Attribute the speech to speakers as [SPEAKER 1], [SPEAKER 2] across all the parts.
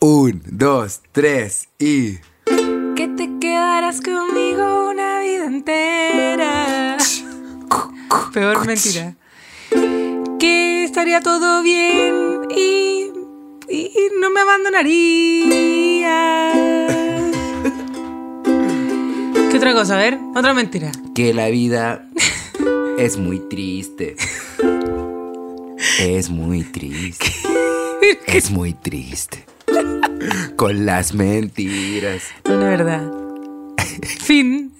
[SPEAKER 1] Un, dos, tres y.
[SPEAKER 2] Que te quedarás conmigo una vida entera. Peor mentira. Que estaría todo bien y, y no me abandonaría. ¿Qué otra cosa? A ver, otra mentira.
[SPEAKER 1] Que la vida es muy triste. Es muy triste. Es muy triste. Con las mentiras.
[SPEAKER 2] No, la verdad. Fin.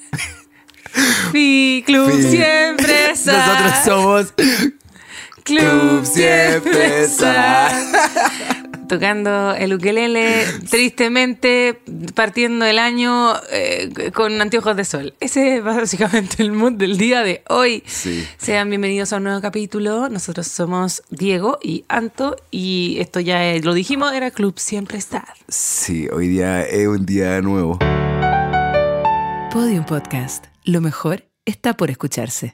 [SPEAKER 2] Mi club
[SPEAKER 1] Fin.
[SPEAKER 2] siempre es
[SPEAKER 1] Nosotros somos Club Siempre Sa.
[SPEAKER 2] Tocando el ukelele, tristemente partiendo el año eh, con anteojos de sol. Ese es básicamente el mood del día de hoy.
[SPEAKER 1] Sí.
[SPEAKER 2] Sean bienvenidos a un nuevo capítulo. Nosotros somos Diego y Anto y esto ya es- lo dijimos, era Club Siempre Estar.
[SPEAKER 1] Sí, hoy día es un día nuevo.
[SPEAKER 3] Podium Podcast. Lo mejor está por escucharse.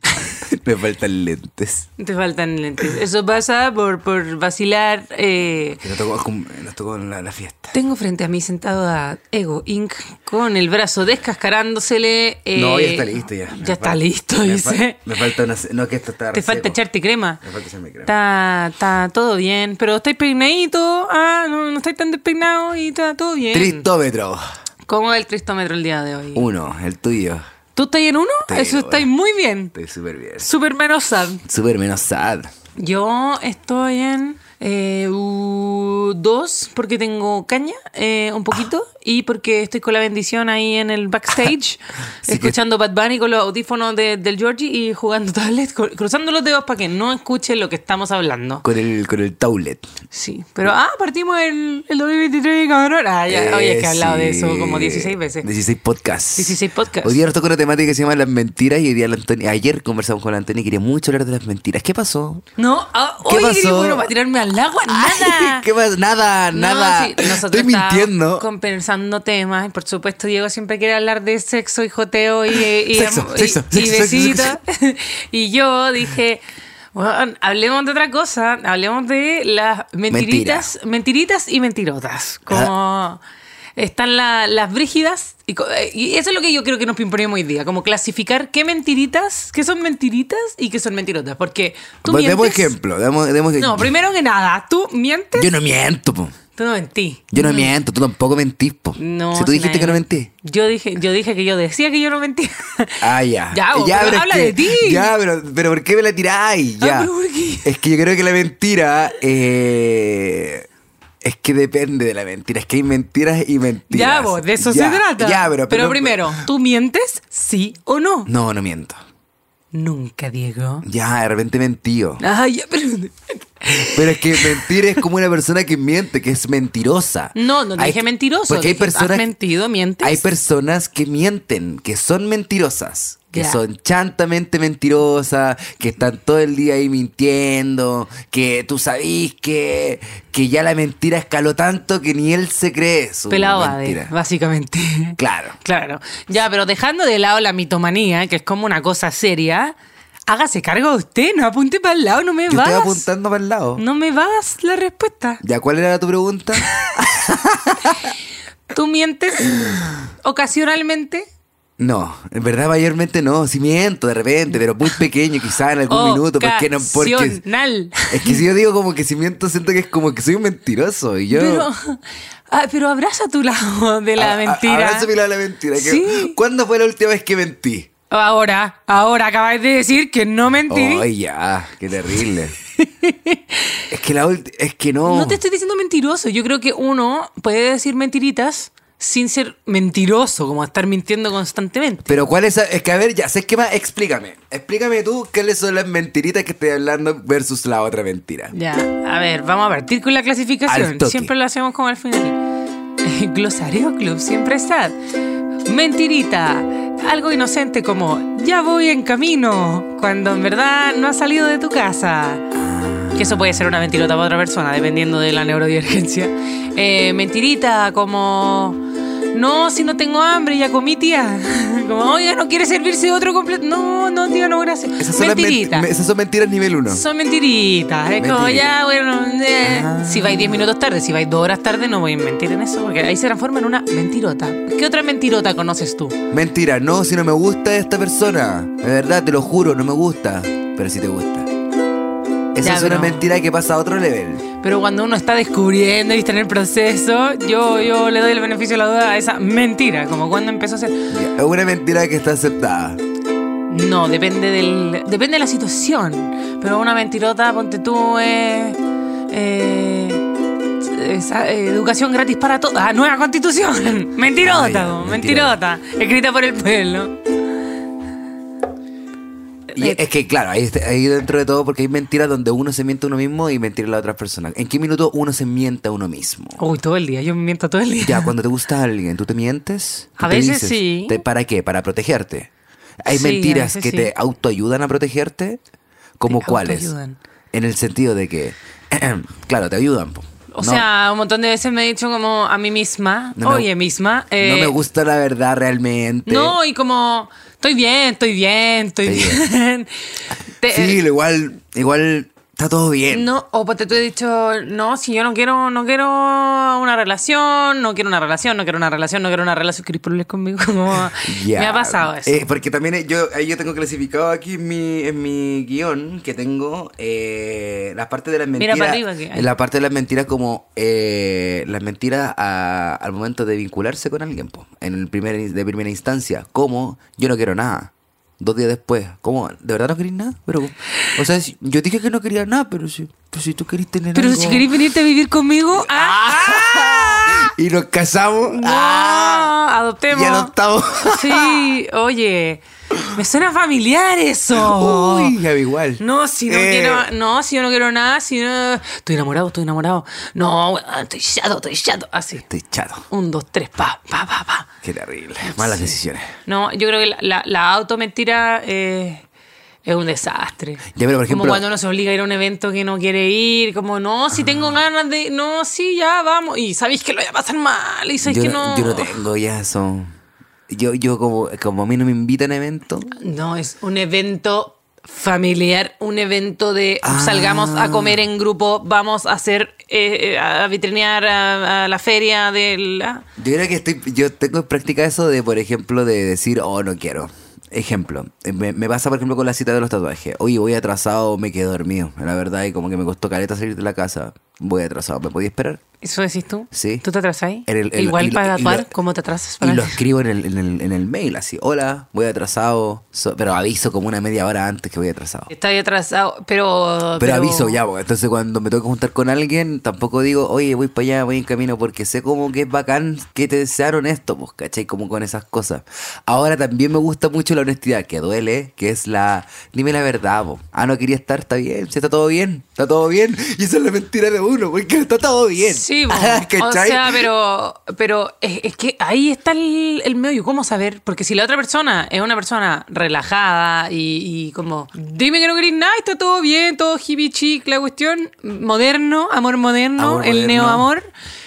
[SPEAKER 1] Me faltan lentes.
[SPEAKER 2] Te faltan lentes. Eso pasa por, por vacilar. eh,
[SPEAKER 1] Que Nos tocó, con- nos tocó en la, la fiesta.
[SPEAKER 2] Tengo frente a mí sentado a Ego Inc. con el brazo descascarándosele. eh,
[SPEAKER 1] no, ya está listo ya. Me
[SPEAKER 2] Ya está
[SPEAKER 1] fal-
[SPEAKER 2] listo,
[SPEAKER 1] me fal-
[SPEAKER 2] dice.
[SPEAKER 1] Me falta una. No, que esto está
[SPEAKER 2] Te falta
[SPEAKER 1] reseco.
[SPEAKER 2] echarte crema.
[SPEAKER 1] Me falta echarme crema.
[SPEAKER 2] Está, está todo bien, pero estáis peinadito. Ah, no, no estáis tan despeinado y está todo bien.
[SPEAKER 1] Tristómetro.
[SPEAKER 2] ¿Cómo es el tristómetro el día de hoy?
[SPEAKER 1] Uno, el tuyo.
[SPEAKER 2] ¿Tú estás en uno?
[SPEAKER 1] Estoy
[SPEAKER 2] Eso
[SPEAKER 1] en uno.
[SPEAKER 2] estáis muy bien.
[SPEAKER 1] Estoy súper bien.
[SPEAKER 2] Super menos sad.
[SPEAKER 1] Súper menos sad.
[SPEAKER 2] Yo estoy en eh, u- dos porque tengo caña eh, un poquito y porque estoy con la bendición ahí en el backstage
[SPEAKER 1] Sí que-
[SPEAKER 2] escuchando Bad Bunny con los audífonos de- del Georgie y jugando tablet, cru- cruzando los dedos para que no escuchen lo que estamos hablando.
[SPEAKER 1] Con el, con el taulet.
[SPEAKER 2] Sí, pero ah, partimos el, el 2023 cabrón. Ah, ya,
[SPEAKER 1] Eh,
[SPEAKER 2] oye, es que he hablado de
[SPEAKER 1] sí.
[SPEAKER 2] eso como 16 veces.
[SPEAKER 1] 16 Eh, podcasts.
[SPEAKER 2] 16 podcasts.
[SPEAKER 1] Hoy día nos toca una temática que se llama las mentiras y hoy día la Antoni- ayer conversamos con la Antonia y quería mucho hablar de las mentiras. ¿Qué pasó?
[SPEAKER 2] No, ah,
[SPEAKER 1] ¿Qué
[SPEAKER 2] oye,
[SPEAKER 1] pasó?
[SPEAKER 2] bueno, para tirarme al agua, nada.
[SPEAKER 1] ¿Qué pasó? Nada,
[SPEAKER 2] No,
[SPEAKER 1] nada.
[SPEAKER 2] sí, nosotros
[SPEAKER 1] Estoy
[SPEAKER 2] estábamos
[SPEAKER 1] mintiendo.
[SPEAKER 2] Compensando temas. Y por supuesto, Diego siempre quiere hablar de sexo y joteo y, eh, y,
[SPEAKER 1] Sexo,
[SPEAKER 2] y-
[SPEAKER 1] sexo,
[SPEAKER 2] y
[SPEAKER 1] sexo,
[SPEAKER 2] besitos.
[SPEAKER 1] sexo,
[SPEAKER 2] y yo dije. "Weón, hablemos de otra cosa, hablemos de las mentiritas, mentiritas y mentirotas. Como están la- las brígidas, y, co- eh, y eso es lo que yo creo que nos proponemos hoy día, como clasificar qué mentiritas, qué son mentiritas y qué son mentirotas. Porque tú
[SPEAKER 1] Pues, demos
[SPEAKER 2] mientes.
[SPEAKER 1] ejemplo. Demos, demos-
[SPEAKER 2] No, primero que nada, tú mientes,
[SPEAKER 1] Yo no miento, po.
[SPEAKER 2] tú no mentís.
[SPEAKER 1] Yo no miento, tú tampoco mentís, po.
[SPEAKER 2] No.
[SPEAKER 1] Si tú dijiste
[SPEAKER 2] nadie-
[SPEAKER 1] que no mentí.
[SPEAKER 2] Yo dije, yo dije que yo decía que yo no mentía.
[SPEAKER 1] Ah, ya.
[SPEAKER 2] Ya, vos, pero
[SPEAKER 1] es
[SPEAKER 2] habla
[SPEAKER 1] que-
[SPEAKER 2] de ti.
[SPEAKER 1] Ya, pero, pero ¿por qué me la tiráis?
[SPEAKER 2] Ah,
[SPEAKER 1] Ya.
[SPEAKER 2] pero ¿por qué?
[SPEAKER 1] Es que yo creo que la mentira. eh, es que depende de la mentira. Es que hay mentiras y mentiras.
[SPEAKER 2] Ya, vos, de eso
[SPEAKER 1] Ya,
[SPEAKER 2] se trata.
[SPEAKER 1] Ya, pero, pero-
[SPEAKER 2] primero, ¿tú mientes? ¿Sí o no?
[SPEAKER 1] No, no miento.
[SPEAKER 2] Nunca, Diego.
[SPEAKER 1] Ya, de repente mentío.
[SPEAKER 2] Ay, ya, pero.
[SPEAKER 1] Pero es que mentir es como una persona que miente, que es mentirosa.
[SPEAKER 2] No, no te
[SPEAKER 1] Hay-
[SPEAKER 2] dije mentiroso.
[SPEAKER 1] Porque hay
[SPEAKER 2] dije, ¿has
[SPEAKER 1] personas.
[SPEAKER 2] mentido, mientes.
[SPEAKER 1] Hay personas que mienten, que son mentirosas, que
[SPEAKER 2] Ya.
[SPEAKER 1] son chantamente mentirosas, que están todo el día ahí mintiendo, que tú sabís que, que ya la mentira escaló tanto que ni él se cree su
[SPEAKER 2] Pelado Bade,
[SPEAKER 1] mentira.
[SPEAKER 2] básicamente.
[SPEAKER 1] Claro.
[SPEAKER 2] Claro. Ya, pero dejando de lado la mitomanía, que es como una cosa seria, hágase cargo usted, no apunte para el lado, no me
[SPEAKER 1] Yo
[SPEAKER 2] vas.
[SPEAKER 1] estaba apuntando para el lado.
[SPEAKER 2] No me vas la respuesta.
[SPEAKER 1] ¿Ya cuál era tu pregunta?
[SPEAKER 2] ¿Tú mientes ocasionalmente?
[SPEAKER 1] No, en verdad mayormente no, sí miento de repente, pero muy pequeño quizá en algún minuto, porque no porque
[SPEAKER 2] Ocasional.
[SPEAKER 1] es que si yo digo como que si miento siento que es como que soy un mentiroso y yo
[SPEAKER 2] Pero, ah, pero abraza tu lado de la
[SPEAKER 1] Ah, A- a-
[SPEAKER 2] mentira.
[SPEAKER 1] abrazo mi lado de la mentira. que-
[SPEAKER 2] Sí.
[SPEAKER 1] ¿Cuándo fue la última vez que mentí?
[SPEAKER 2] Ahora, ahora acabáis de decir que no mentí.
[SPEAKER 1] Ay, ya, qué terrible. es que la última, es que no.
[SPEAKER 2] No te estoy diciendo mentiroso. Yo creo que uno puede decir mentiritas sin ser mentiroso, como estar mintiendo constantemente.
[SPEAKER 1] Pero cuál es, es que a ver, ya, ¿sabes qué más? Explícame. Explícame tú cuáles son las mentiritas que estoy hablando versus la otra mentira.
[SPEAKER 2] Ya, a ver, vamos a partir con la
[SPEAKER 1] Al
[SPEAKER 2] clasificación.
[SPEAKER 1] toque.
[SPEAKER 2] Siempre lo hacemos como al final. Glosario Club, siempre está. Mentirita, algo inocente como ya voy en camino, cuando en verdad no has salido de tu casa.
[SPEAKER 1] Ah.
[SPEAKER 2] Que eso puede ser una mentirota para otra persona, dependiendo de la neurodivergencia. Eh, mentirita como No, si no tengo hambre, ya comí, tía. Como, oiga, no quiere servirse otro completo. No, no, tía, no, gracias.
[SPEAKER 1] Esas son, las men-
[SPEAKER 2] Mentirita.
[SPEAKER 1] me- esas son mentiras nivel 1.
[SPEAKER 2] Son mentiritas. Es como,
[SPEAKER 1] Mentirita.
[SPEAKER 2] ya, bueno, eh, si vais 10 minutos tarde, si vais 2 horas tarde, no voy a mentir en eso, porque ahí se transforma en una mentirota. ¿Qué otra mentirota conoces tú?
[SPEAKER 1] Mentira, no, si no me gusta esta persona. De verdad, te lo juro, no me gusta. Pero si te gusta. Esa
[SPEAKER 2] Ya,
[SPEAKER 1] es una
[SPEAKER 2] pero-
[SPEAKER 1] mentira que pasa a otro nivel.
[SPEAKER 2] Pero cuando uno está descubriendo y está en el proceso, yo, yo le doy el beneficio de la duda a esa mentira, como cuando empezó a ser...
[SPEAKER 1] Ya, Es una mentira que está aceptada.
[SPEAKER 2] No, depende del, depende de la situación. Pero una mentirota, ponte tú, eh, eh, esa- eh, educación gratis para todos. Ah, nueva constitución. Mentirota,
[SPEAKER 1] Ah, ya,
[SPEAKER 2] po,
[SPEAKER 1] mentirota.
[SPEAKER 2] mentirota. Escrita por el pueblo.
[SPEAKER 1] Y
[SPEAKER 2] Eh,
[SPEAKER 1] es que, claro, ahí, está- ahí dentro de todo, porque hay mentiras donde uno se miente a uno mismo y mentir a la otra persona. ¿En qué minuto uno se miente a uno mismo?
[SPEAKER 2] Uy, todo el día, yo me miento todo el día.
[SPEAKER 1] Ya, cuando te gusta alguien, ¿tú te mientes? ¿Tú
[SPEAKER 2] A
[SPEAKER 1] te
[SPEAKER 2] veces sí.
[SPEAKER 1] te- ¿Para qué? Para protegerte. Hay
[SPEAKER 2] Sí, a
[SPEAKER 1] mentiras
[SPEAKER 2] veces
[SPEAKER 1] que
[SPEAKER 2] sí.
[SPEAKER 1] te autoayudan a protegerte. ¿Como
[SPEAKER 2] Te
[SPEAKER 1] cuáles?
[SPEAKER 2] autoayudan.
[SPEAKER 1] En el sentido de que, claro, te ayudan. po.
[SPEAKER 2] O
[SPEAKER 1] No,
[SPEAKER 2] sea, un montón de veces me he dicho como a mí misma,
[SPEAKER 1] No me-
[SPEAKER 2] oye misma, eh,
[SPEAKER 1] no me gusta la verdad realmente.
[SPEAKER 2] no, y como, estoy bien, estoy bien, estoy
[SPEAKER 1] Estoy
[SPEAKER 2] bien. Te- eh,
[SPEAKER 1] sí, igual, igual está todo bien.
[SPEAKER 2] No, o porque tú he dicho, no, si yo no quiero, no quiero una relación, no quiero una relación, no quiero una relación, no quiero una relación, ¿querés problemas conmigo? Como,
[SPEAKER 1] Ya.
[SPEAKER 2] Me ha pasado eso.
[SPEAKER 1] Eh, porque también eh, yo, ahí yo tengo clasificado aquí en mi, en mi guión que tengo eh, la parte de las mentiras.
[SPEAKER 2] para arriba que hay.
[SPEAKER 1] La parte de las mentiras como eh, las mentiras a- al momento de vincularse con alguien, po, en el primer, in- de primera instancia. Como yo no quiero nada. Dos días después, ¿cómo? ¿De verdad no querís nada? Pero, o sea, si- yo dije que no quería nada, pero si, pero si tú querís tener
[SPEAKER 2] Pero
[SPEAKER 1] algo-
[SPEAKER 2] si querés venirte a vivir conmigo, ¡ah!
[SPEAKER 1] Y nos casamos.
[SPEAKER 2] ¡No!
[SPEAKER 1] ¡Ah!
[SPEAKER 2] adoptemos.
[SPEAKER 1] Y adoptamos.
[SPEAKER 2] Sí, oye, me suena familiar eso.
[SPEAKER 1] Uy, ya igual.
[SPEAKER 2] No, si no
[SPEAKER 1] Eh,
[SPEAKER 2] quiero, no, si yo no quiero nada, si no, estoy enamorado, estoy enamorado. No, weón, estoy chato, estoy chato. Así.
[SPEAKER 1] Estoy chado.
[SPEAKER 2] Un, dos, tres, pa, pa, pa, pa.
[SPEAKER 1] Qué terrible. Malas decisiones.
[SPEAKER 2] No, yo creo que la, la, la automentira eh, es un desastre.
[SPEAKER 1] Ya, pero, por ejemplo-
[SPEAKER 2] como cuando uno se obliga a ir a un evento que no quiere ir, como no, si tengo
[SPEAKER 1] Ah.
[SPEAKER 2] ganas de, no, sí, ya vamos, y sabéis que lo voy a pasar mal, y sabéis
[SPEAKER 1] Yo
[SPEAKER 2] que
[SPEAKER 1] no,
[SPEAKER 2] no.
[SPEAKER 1] yo no tengo ya eso. Yo, yo como, como a mí no me invitan a eventos.
[SPEAKER 2] No, es un evento familiar, un evento de
[SPEAKER 1] Ah.
[SPEAKER 2] salgamos a comer en grupo, vamos a hacer, eh, eh, a vitrinear a, a la feria de la...
[SPEAKER 1] Yo creo que estoy, yo tengo en práctica eso de, por ejemplo, de decir, oh, no quiero. Ejemplo, eh, me, me pasa, por ejemplo, con la cita de los tatuajes. Oye, voy atrasado, me quedé dormido. La verdad, y como que me costó caleta salir de la casa. Voy atrasado, ¿me podía esperar?
[SPEAKER 2] ¿Eso decís tú?
[SPEAKER 1] Sí.
[SPEAKER 2] ¿Tú te atrasas ahí?
[SPEAKER 1] En el- en-
[SPEAKER 2] Igual
[SPEAKER 1] y lo-
[SPEAKER 2] para
[SPEAKER 1] y lo-
[SPEAKER 2] actuar, ¿cómo te atrasas?
[SPEAKER 1] Y
[SPEAKER 2] para-
[SPEAKER 1] lo escribo en el, en el, en el mail, así, hola, voy atrasado. so- pero aviso como una media hora antes que voy atrasado.
[SPEAKER 2] Está ahí atrasado, pero,
[SPEAKER 1] Pero, aviso ya, pues. entonces cuando me tengo que juntar con alguien, tampoco digo, oye, voy para allá, voy en camino, porque sé como que es bacán que te desearon esto, pues, ¿cachai? Como con esas cosas. Ahora también me gusta mucho la honestidad, que duele, que es la, dime la verdad, po. ah, no quería estar, está bien, si está todo bien, está todo bien, y esa es la mentira de uno, porque está todo bien. Ah,
[SPEAKER 2] Sí, bo.
[SPEAKER 1] ¿cachai?
[SPEAKER 2] o sea, pero, pero es, es que ahí está el, el medio. ¿Cómo saber? Porque si la otra persona es una persona relajada y, y como, dime que no querés nada, está todo bien, todo hippie la cuestión, moderno, amor moderno,
[SPEAKER 1] Amor
[SPEAKER 2] el
[SPEAKER 1] moderno.
[SPEAKER 2] neoamor,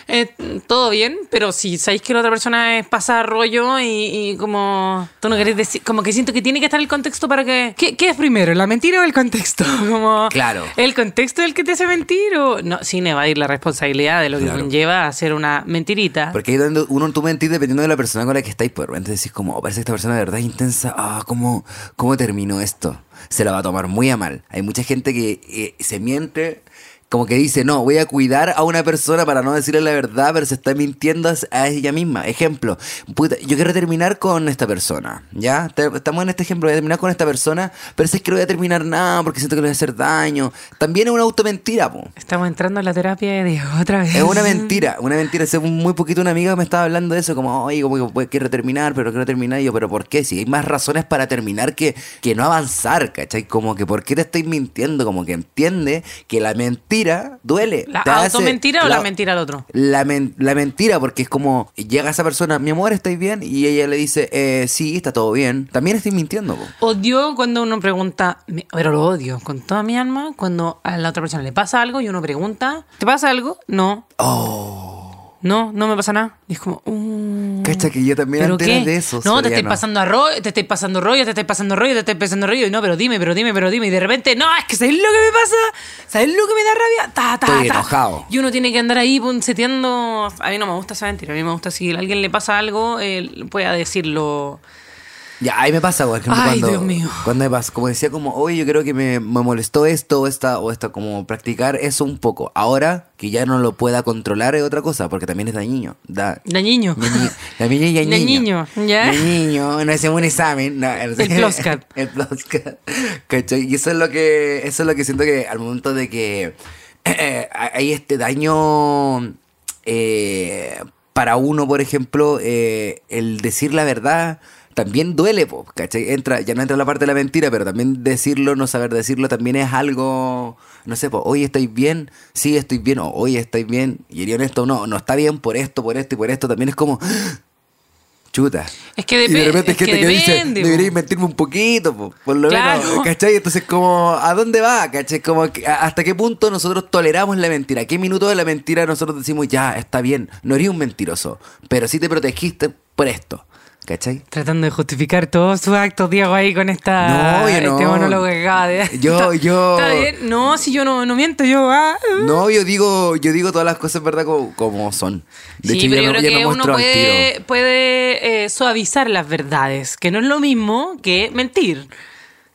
[SPEAKER 2] eh, todo bien, pero si sabéis que la otra persona es pasar rollo y, y como, tú no querés decir, como que siento que tiene que estar el contexto para que. ¿Qué, qué es primero, la mentira o el contexto? Como,
[SPEAKER 1] Claro.
[SPEAKER 2] ¿El contexto del que te hace mentir o no? Sin evadir la responsabilidad de lo que
[SPEAKER 1] Claro.
[SPEAKER 2] conlleva hacer una mentirita.
[SPEAKER 1] Porque ahí donde uno tú mentís dependiendo de la persona con la que estáis, por repente decís como, oh, parece que esta persona de verdad es intensa, ah, ¿cómo, ¿cómo terminó esto? Se la va a tomar muy a mal. Hay mucha gente que eh, se miente, como que dice, no, voy a cuidar a una persona para no decirle la verdad, pero se está mintiendo a, a ella misma. Ejemplo, puta, yo quiero terminar con esta persona, ¿ya? Te- Estamos en este ejemplo, voy a terminar con esta persona, pero si es que no voy a terminar nada porque siento que le voy a hacer daño. También es una automentira, po.
[SPEAKER 2] Estamos entrando en la terapia de Diego otra vez.
[SPEAKER 1] Es una mentira, una mentira. Hace muy poquito una amiga me estaba hablando de eso, como, oye, como que pues, quiero terminar, pero quiero terminar. Y yo, pero ¿por qué? Si hay más razones para terminar que, que no avanzar, ¿cachai? Como que, ¿por qué te estoy mintiendo? Como que entiende que la mentira duele.
[SPEAKER 2] ¿La
[SPEAKER 1] te hace-
[SPEAKER 2] automentira o la mentira al otro?
[SPEAKER 1] La, men- la mentira, porque es como, llega esa persona, mi amor, ¿estáis bien? Y ella le dice, eh, sí, está todo bien. También estoy mintiendo, po.
[SPEAKER 2] Odio cuando uno pregunta, me- pero lo odio con toda mi alma, cuando a la otra persona le pasa algo y uno pregunta, ¿te pasa algo? No.
[SPEAKER 1] Oh.
[SPEAKER 2] no, no me pasa nada. Y es como, uh,
[SPEAKER 1] Cacha que yo también
[SPEAKER 2] ¿pero
[SPEAKER 1] antes
[SPEAKER 2] qué?
[SPEAKER 1] era de eso.
[SPEAKER 2] No, te estoy
[SPEAKER 1] Soriano.
[SPEAKER 2] pasando rollo, te estoy pasando rollo, te estoy pasando rollo, te estoy pasando rollo. Y no, pero dime, pero dime, pero dime. Y de repente, no, es que ¿sabes lo que me pasa? ¿Sabes lo que me da rabia? Ta, ta,
[SPEAKER 1] Estoy
[SPEAKER 2] ta.
[SPEAKER 1] enojado.
[SPEAKER 2] Y uno tiene que andar ahí punceteando. A mí no me gusta esa mentira. A mí me gusta si a alguien le pasa algo, él pueda decirlo.
[SPEAKER 1] Ya, ahí me pasa, por ejemplo,
[SPEAKER 2] Ay,
[SPEAKER 1] cuando,
[SPEAKER 2] Dios mío.
[SPEAKER 1] cuando me pasa, como decía, como, oye, yo creo que me, me molestó esto o esta, o esta, como practicar eso un poco. Ahora que ya no lo pueda controlar es otra cosa, porque también es dañino. Da,
[SPEAKER 2] Dañino.
[SPEAKER 1] dañi- dañino y dañino.
[SPEAKER 2] Dañino, ¿ya?
[SPEAKER 1] Dañino, no hacemos un examen. no, no sé.
[SPEAKER 2] El Ploscat.
[SPEAKER 1] El Ploscat. ¿Cachai? Y eso es lo que, eso es lo que siento que al momento de que eh, hay este daño eh, para uno, por ejemplo, eh, el decir la verdad también duele, po, ¿cachai? Entra, ya no entra la parte de la mentira, pero también decirlo, no saber decirlo, también es algo, no sé, po, hoy estoy bien, sí estoy bien, o hoy estoy bien, y estoy honesto, no, no está bien por esto, por esto y por esto, también es como, "Ah, chuta.
[SPEAKER 2] Es que
[SPEAKER 1] Y de
[SPEAKER 2] depe-
[SPEAKER 1] repente hay
[SPEAKER 2] es que
[SPEAKER 1] gente que, dice,
[SPEAKER 2] depende, po.
[SPEAKER 1] debería mentirme un poquito, po, por lo
[SPEAKER 2] Claro.
[SPEAKER 1] menos, ¿cachai? Entonces, como, ¿a dónde va? ¿cachai? Como, que- a- ¿hasta qué punto nosotros toleramos la mentira? ¿Qué minuto de la mentira nosotros decimos, ya, está bien, no eres un mentiroso, pero sí te protegiste por esto, ¿cachai?
[SPEAKER 2] Tratando de justificar todos sus actos, Diego, ahí con esta,
[SPEAKER 1] No, yo no.
[SPEAKER 2] este monólogo que acaba de...
[SPEAKER 1] Yo- yo-
[SPEAKER 2] ¿Está bien? No, si yo no, no miento, yo... ah, ah.
[SPEAKER 1] No, yo digo, yo digo todas las cosas, ¿verdad? Como, como son. De
[SPEAKER 2] sí,
[SPEAKER 1] hecho,
[SPEAKER 2] pero
[SPEAKER 1] yo,
[SPEAKER 2] yo
[SPEAKER 1] no,
[SPEAKER 2] creo
[SPEAKER 1] yo
[SPEAKER 2] que
[SPEAKER 1] no
[SPEAKER 2] uno
[SPEAKER 1] muestro al
[SPEAKER 2] puede,
[SPEAKER 1] tiro.
[SPEAKER 2] puede eh, suavizar las verdades, que no es lo mismo que mentir.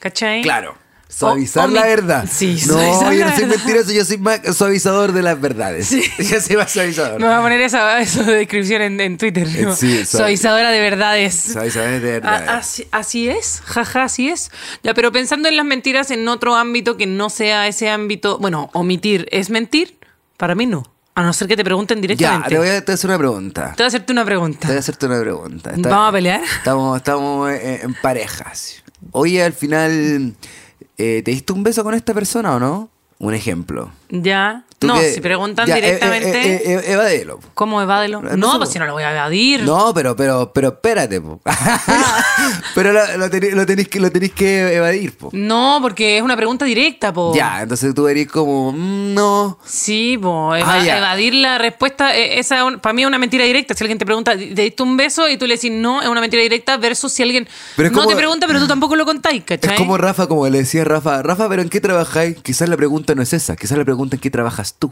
[SPEAKER 2] ¿Cachai?
[SPEAKER 1] Claro. Suavizar
[SPEAKER 2] o
[SPEAKER 1] la
[SPEAKER 2] mi-
[SPEAKER 1] verdad.
[SPEAKER 2] Sí,
[SPEAKER 1] no,
[SPEAKER 2] suavizar
[SPEAKER 1] yo
[SPEAKER 2] la
[SPEAKER 1] no soy
[SPEAKER 2] verdad.
[SPEAKER 1] mentiroso, yo soy más suavizador de las verdades.
[SPEAKER 2] Sí.
[SPEAKER 1] Yo soy más suavizador.
[SPEAKER 2] Me voy a poner esa, esa descripción en, en Twitter.
[SPEAKER 1] Eh,
[SPEAKER 2] ¿no?
[SPEAKER 1] sí, suavi-
[SPEAKER 2] Suavizadora de verdades.
[SPEAKER 1] Suavizador de verdades.
[SPEAKER 2] A- así, así es, jaja, así es. Ya, pero pensando en las mentiras en otro ámbito que no sea ese ámbito, bueno, omitir es mentir, para mí no. A no ser que te pregunten
[SPEAKER 1] ya,
[SPEAKER 2] directamente.
[SPEAKER 1] te voy a te voy a hacer una pregunta.
[SPEAKER 2] Te voy a hacerte una pregunta.
[SPEAKER 1] Te voy a hacerte una pregunta. Está-
[SPEAKER 2] ¿Vamos a pelear?
[SPEAKER 1] Estamos, estamos en, en parejas. Oye, al final, eh, ¿te diste un beso con esta persona o no? Un ejemplo.
[SPEAKER 2] Ya.
[SPEAKER 1] Tú
[SPEAKER 2] No,
[SPEAKER 1] que-
[SPEAKER 2] si preguntan
[SPEAKER 1] Ya, eh, eh,
[SPEAKER 2] directamente,
[SPEAKER 1] eh, eh, evadelo.
[SPEAKER 2] ¿cómo evádelo?
[SPEAKER 1] No
[SPEAKER 2] No,
[SPEAKER 1] sé,
[SPEAKER 2] pues
[SPEAKER 1] po.
[SPEAKER 2] si no lo voy a evadir.
[SPEAKER 1] No, pero, pero, pero espérate, po.
[SPEAKER 2] Ah.
[SPEAKER 1] pero lo, lo teni- lo tenéis que, lo tenéis que evadir, po.
[SPEAKER 2] No, porque es una pregunta directa, po.
[SPEAKER 1] Ya, entonces tú eres como, mm, no.
[SPEAKER 2] Sí, po, eva-
[SPEAKER 1] Ah, ya.
[SPEAKER 2] evadir la respuesta, eh, esa para mí es una mentira directa. Si alguien te pregunta, ¿te diste un beso? Y tú le decís no, es una mentira directa, versus si alguien
[SPEAKER 1] Pero es
[SPEAKER 2] no
[SPEAKER 1] como- mm.
[SPEAKER 2] te pregunta, pero tú tampoco lo contáis, ¿cachai?
[SPEAKER 1] Es como Rafa, como le decía Rafa, Rafa, pero ¿en qué trabajáis? Quizás la pregunta no es esa, quizás la pregunta es ¿en qué trabajas tú?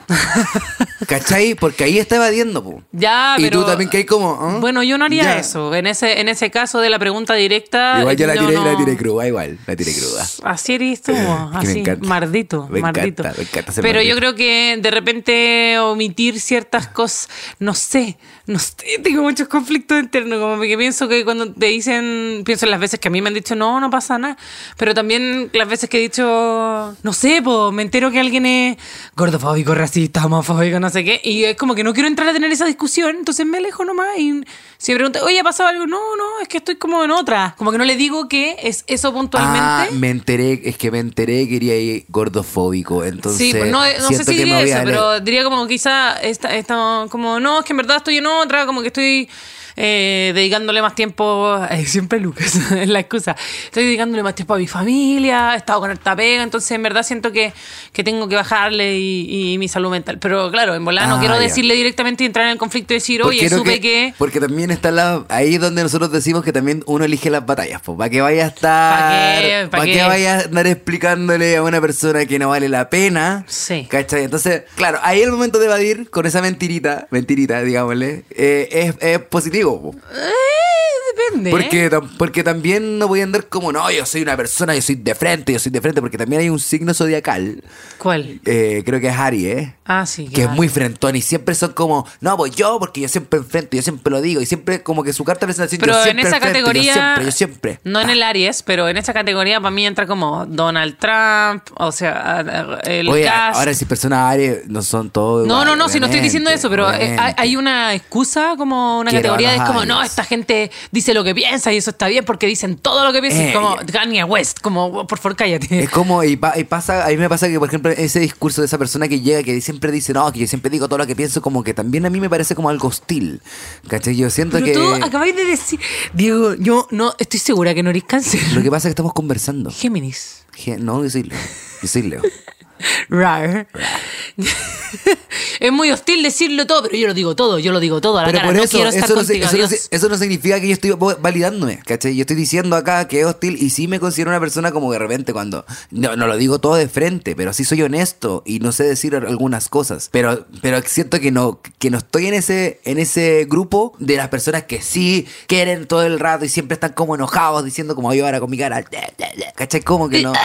[SPEAKER 1] ¿Cachai? Porque ahí está evadiendo, po.
[SPEAKER 2] Ya,
[SPEAKER 1] Y
[SPEAKER 2] pero-
[SPEAKER 1] tú también que hay como, ¿ah?
[SPEAKER 2] Bueno, yo no haría
[SPEAKER 1] Ya.
[SPEAKER 2] eso. En ese, en ese caso de la pregunta directa.
[SPEAKER 1] Igual yo la
[SPEAKER 2] yo
[SPEAKER 1] tiré,
[SPEAKER 2] no-
[SPEAKER 1] la tiré cruda, igual, la tiré cruda.
[SPEAKER 2] Así eres
[SPEAKER 1] que
[SPEAKER 2] tú,
[SPEAKER 1] me
[SPEAKER 2] así,
[SPEAKER 1] encanta.
[SPEAKER 2] mardito,
[SPEAKER 1] Me encanta,
[SPEAKER 2] mardito.
[SPEAKER 1] me encanta ser
[SPEAKER 2] Pero
[SPEAKER 1] mardito.
[SPEAKER 2] yo creo que de repente omitir ciertas cosas, no sé, no sé, tengo muchos conflictos internos, como que pienso que cuando te dicen, pienso en las veces que a mí me han dicho, no, no pasa nada, pero también las veces que he dicho, no sé, po, me entero que alguien es gordofóbico, racista, homofóbico, no sé qué, y es como que no quiero entrar a tener esa discusión, entonces me alejo nomás y si me preguntan, oye, ¿ha pasado algo? No, no, es que estoy como en otra, como que no le digo que es eso puntualmente.
[SPEAKER 1] Ah, me enteré, es que me enteré que iría ir gordofóbico, entonces
[SPEAKER 2] Sí, pues no, no sé
[SPEAKER 1] siento
[SPEAKER 2] si
[SPEAKER 1] que me
[SPEAKER 2] diría
[SPEAKER 1] voy a
[SPEAKER 2] eso,
[SPEAKER 1] ale-
[SPEAKER 2] pero diría como quizá esta, esta- como no, es que en verdad estoy en otra, como que estoy eh, dedicándole más tiempo, eh, siempre Lucas, es la excusa, estoy dedicándole más tiempo a mi familia, he estado con harta pega, entonces en verdad siento que, que tengo que bajarle y, y mi salud mental. Pero claro, en volar
[SPEAKER 1] Ah,
[SPEAKER 2] no quiero
[SPEAKER 1] ya.
[SPEAKER 2] decirle directamente y entrar en el conflicto y decir,
[SPEAKER 1] Porque
[SPEAKER 2] oye,
[SPEAKER 1] creo
[SPEAKER 2] supe que...
[SPEAKER 1] Porque también está la... Ahí es donde nosotros decimos que también uno elige las batallas, pues. ¿Para qué vaya a estar...
[SPEAKER 2] ¿Pa' qué? ¿Pa'
[SPEAKER 1] pa' qué
[SPEAKER 2] qué?
[SPEAKER 1] vaya a andar explicándole a una persona que no vale la pena?
[SPEAKER 2] Sí.
[SPEAKER 1] ¿Cachai? Entonces, claro, ahí el momento de evadir con esa mentirita, mentirita, digámosle, eh, es, es positivo, po.
[SPEAKER 2] Eh, depende.
[SPEAKER 1] Porque, tam- porque también no voy a andar como, no, yo soy una persona, yo soy de frente, yo soy de frente, porque también hay un signo zodiacal,
[SPEAKER 2] ¿Cuál?
[SPEAKER 1] eh, creo que es Aries,
[SPEAKER 2] Ah, sí.
[SPEAKER 1] que es
[SPEAKER 2] claro.
[SPEAKER 1] muy frentón y siempre son como, no, pues yo, porque yo siempre enfrento, yo siempre lo digo, y siempre como que su carta de presentación,
[SPEAKER 2] Pero
[SPEAKER 1] yo
[SPEAKER 2] en
[SPEAKER 1] siempre
[SPEAKER 2] esa
[SPEAKER 1] enfrento,
[SPEAKER 2] categoría.
[SPEAKER 1] yo siempre, yo siempre.
[SPEAKER 2] No en el Aries, pero en esa categoría para mí entra como Donald Trump, o sea, el
[SPEAKER 1] Oye,
[SPEAKER 2] Cast.
[SPEAKER 1] ahora si personas Aries no son todos
[SPEAKER 2] no, no,
[SPEAKER 1] iguales,
[SPEAKER 2] no, si no estoy diciendo eso, pero eh,
[SPEAKER 1] obviamente,
[SPEAKER 2] hay hay una excusa, como una
[SPEAKER 1] Quiero a
[SPEAKER 2] categoría, es
[SPEAKER 1] los
[SPEAKER 2] como,
[SPEAKER 1] Aries.
[SPEAKER 2] no, esta gente dice lo que piensa y eso está bien porque dicen todo lo que piensan,
[SPEAKER 1] Eh,
[SPEAKER 2] como
[SPEAKER 1] ya.
[SPEAKER 2] Kanye West, como, por favor, cállate.
[SPEAKER 1] Es como, y, pa- y pasa, a mí me pasa que, por ejemplo, ese discurso de esa persona que llega, que siempre dice, no, que yo siempre digo todo lo que pienso, como que también a mí me parece como algo hostil. ¿Cachai? Yo siento
[SPEAKER 2] pero
[SPEAKER 1] que...
[SPEAKER 2] tú acabáis de decir, Diego, yo no estoy segura que no eres cáncer.
[SPEAKER 1] Lo que pasa es que estamos conversando.
[SPEAKER 2] Géminis.
[SPEAKER 1] Je- No, yo soy Leo. Yo soy Leo.
[SPEAKER 2] Rar. es muy hostil decirlo todo, pero yo lo digo todo, yo lo digo todo a la
[SPEAKER 1] Pero
[SPEAKER 2] cara.
[SPEAKER 1] por
[SPEAKER 2] no
[SPEAKER 1] eso,
[SPEAKER 2] quiero estar
[SPEAKER 1] eso, no, se-
[SPEAKER 2] contigo,
[SPEAKER 1] eso no
[SPEAKER 2] adiós.
[SPEAKER 1] se- eso no significa que yo estoy vo- validándome, ¿cachai? Yo estoy diciendo acá que es hostil y sí me considero una persona como de repente cuando... No, no lo digo todo de frente, pero sí soy honesto y no sé decir al- algunas cosas. Pero, pero siento que no, que no estoy en ese, en ese grupo de las personas que sí quieren todo el rato y siempre están como enojados diciendo como yo ahora con mi cara... ¿Cachai? Como que no...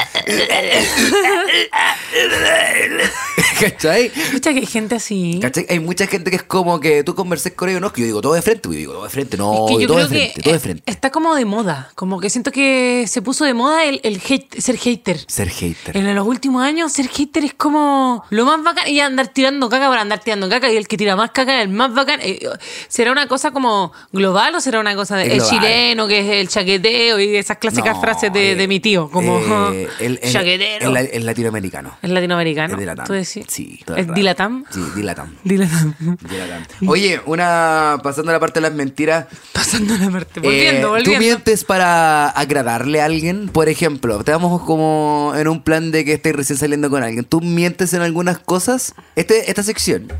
[SPEAKER 1] ¿Cachai?
[SPEAKER 2] Escucha que hay gente así.
[SPEAKER 1] ¿Cachai? Hay mucha gente que es como que tú conversés con ellos, no, es que yo digo todo de frente, pues, yo digo todo de frente, no,
[SPEAKER 2] Es que yo
[SPEAKER 1] todo de
[SPEAKER 2] creo
[SPEAKER 1] frente,
[SPEAKER 2] que
[SPEAKER 1] todo de
[SPEAKER 2] eh,
[SPEAKER 1] frente.
[SPEAKER 2] está como de moda. Como que siento que se puso de moda el, el hate- ser hater.
[SPEAKER 1] Ser hater.
[SPEAKER 2] En los últimos años, ser hater es como lo más bacán. Y andar tirando caca para andar tirando caca. Y el que tira más caca es el más bacán. Eh, ¿Será una cosa como global o será una cosa de
[SPEAKER 1] Es
[SPEAKER 2] el
[SPEAKER 1] global.
[SPEAKER 2] chileno, que es el chaqueteo y esas clásicas
[SPEAKER 1] No,
[SPEAKER 2] frases de,
[SPEAKER 1] eh,
[SPEAKER 2] de mi tío? Como
[SPEAKER 1] eh, el, el-
[SPEAKER 2] chaquetero.
[SPEAKER 1] el la- el latinoamericano.
[SPEAKER 2] es latinoamericano.
[SPEAKER 1] el dilatam.
[SPEAKER 2] ¿Tú decís?
[SPEAKER 1] Sí, todo el
[SPEAKER 2] ¿Es
[SPEAKER 1] rato.
[SPEAKER 2] dilatam?
[SPEAKER 1] Sí, dilatam.
[SPEAKER 2] Dilatam.
[SPEAKER 1] dilatam. Oye, una. Pasando a la parte de las mentiras.
[SPEAKER 2] Pasando la parte.
[SPEAKER 1] eh,
[SPEAKER 2] Volviendo,
[SPEAKER 1] ¿Tú
[SPEAKER 2] volviendo.
[SPEAKER 1] mientes para agradarle a alguien? Por ejemplo, estamos como en un plan de que estés recién saliendo con alguien. ¿Tú mientes en algunas cosas? Este, esta sección.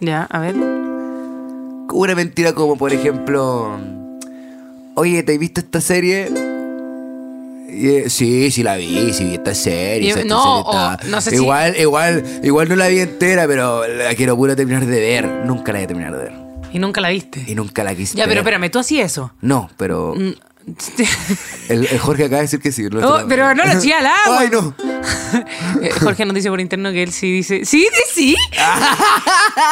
[SPEAKER 2] Ya, a ver.
[SPEAKER 1] una mentira como por ejemplo oye te has visto esta serie Y, eh, sí sí la vi sí vi esta serie,
[SPEAKER 2] Y-
[SPEAKER 1] esa- esta
[SPEAKER 2] no,
[SPEAKER 1] serie está-
[SPEAKER 2] o no sé si-
[SPEAKER 1] igual igual igual no la vi entera pero la quiero puro terminar de ver nunca la voy a terminar de ver
[SPEAKER 2] Y nunca la viste.
[SPEAKER 1] y nunca la quise
[SPEAKER 2] Ya, pero
[SPEAKER 1] ver.
[SPEAKER 2] espérame, tú hacías eso.
[SPEAKER 1] no pero
[SPEAKER 2] Mm.
[SPEAKER 1] el, el Jorge acaba de decir que sí nuestro-
[SPEAKER 2] Oh, pero no lo hacía al agua.
[SPEAKER 1] ay no
[SPEAKER 2] Eh, Jorge nos dice por interno que él sí dice. ¡Sí, sí! sí!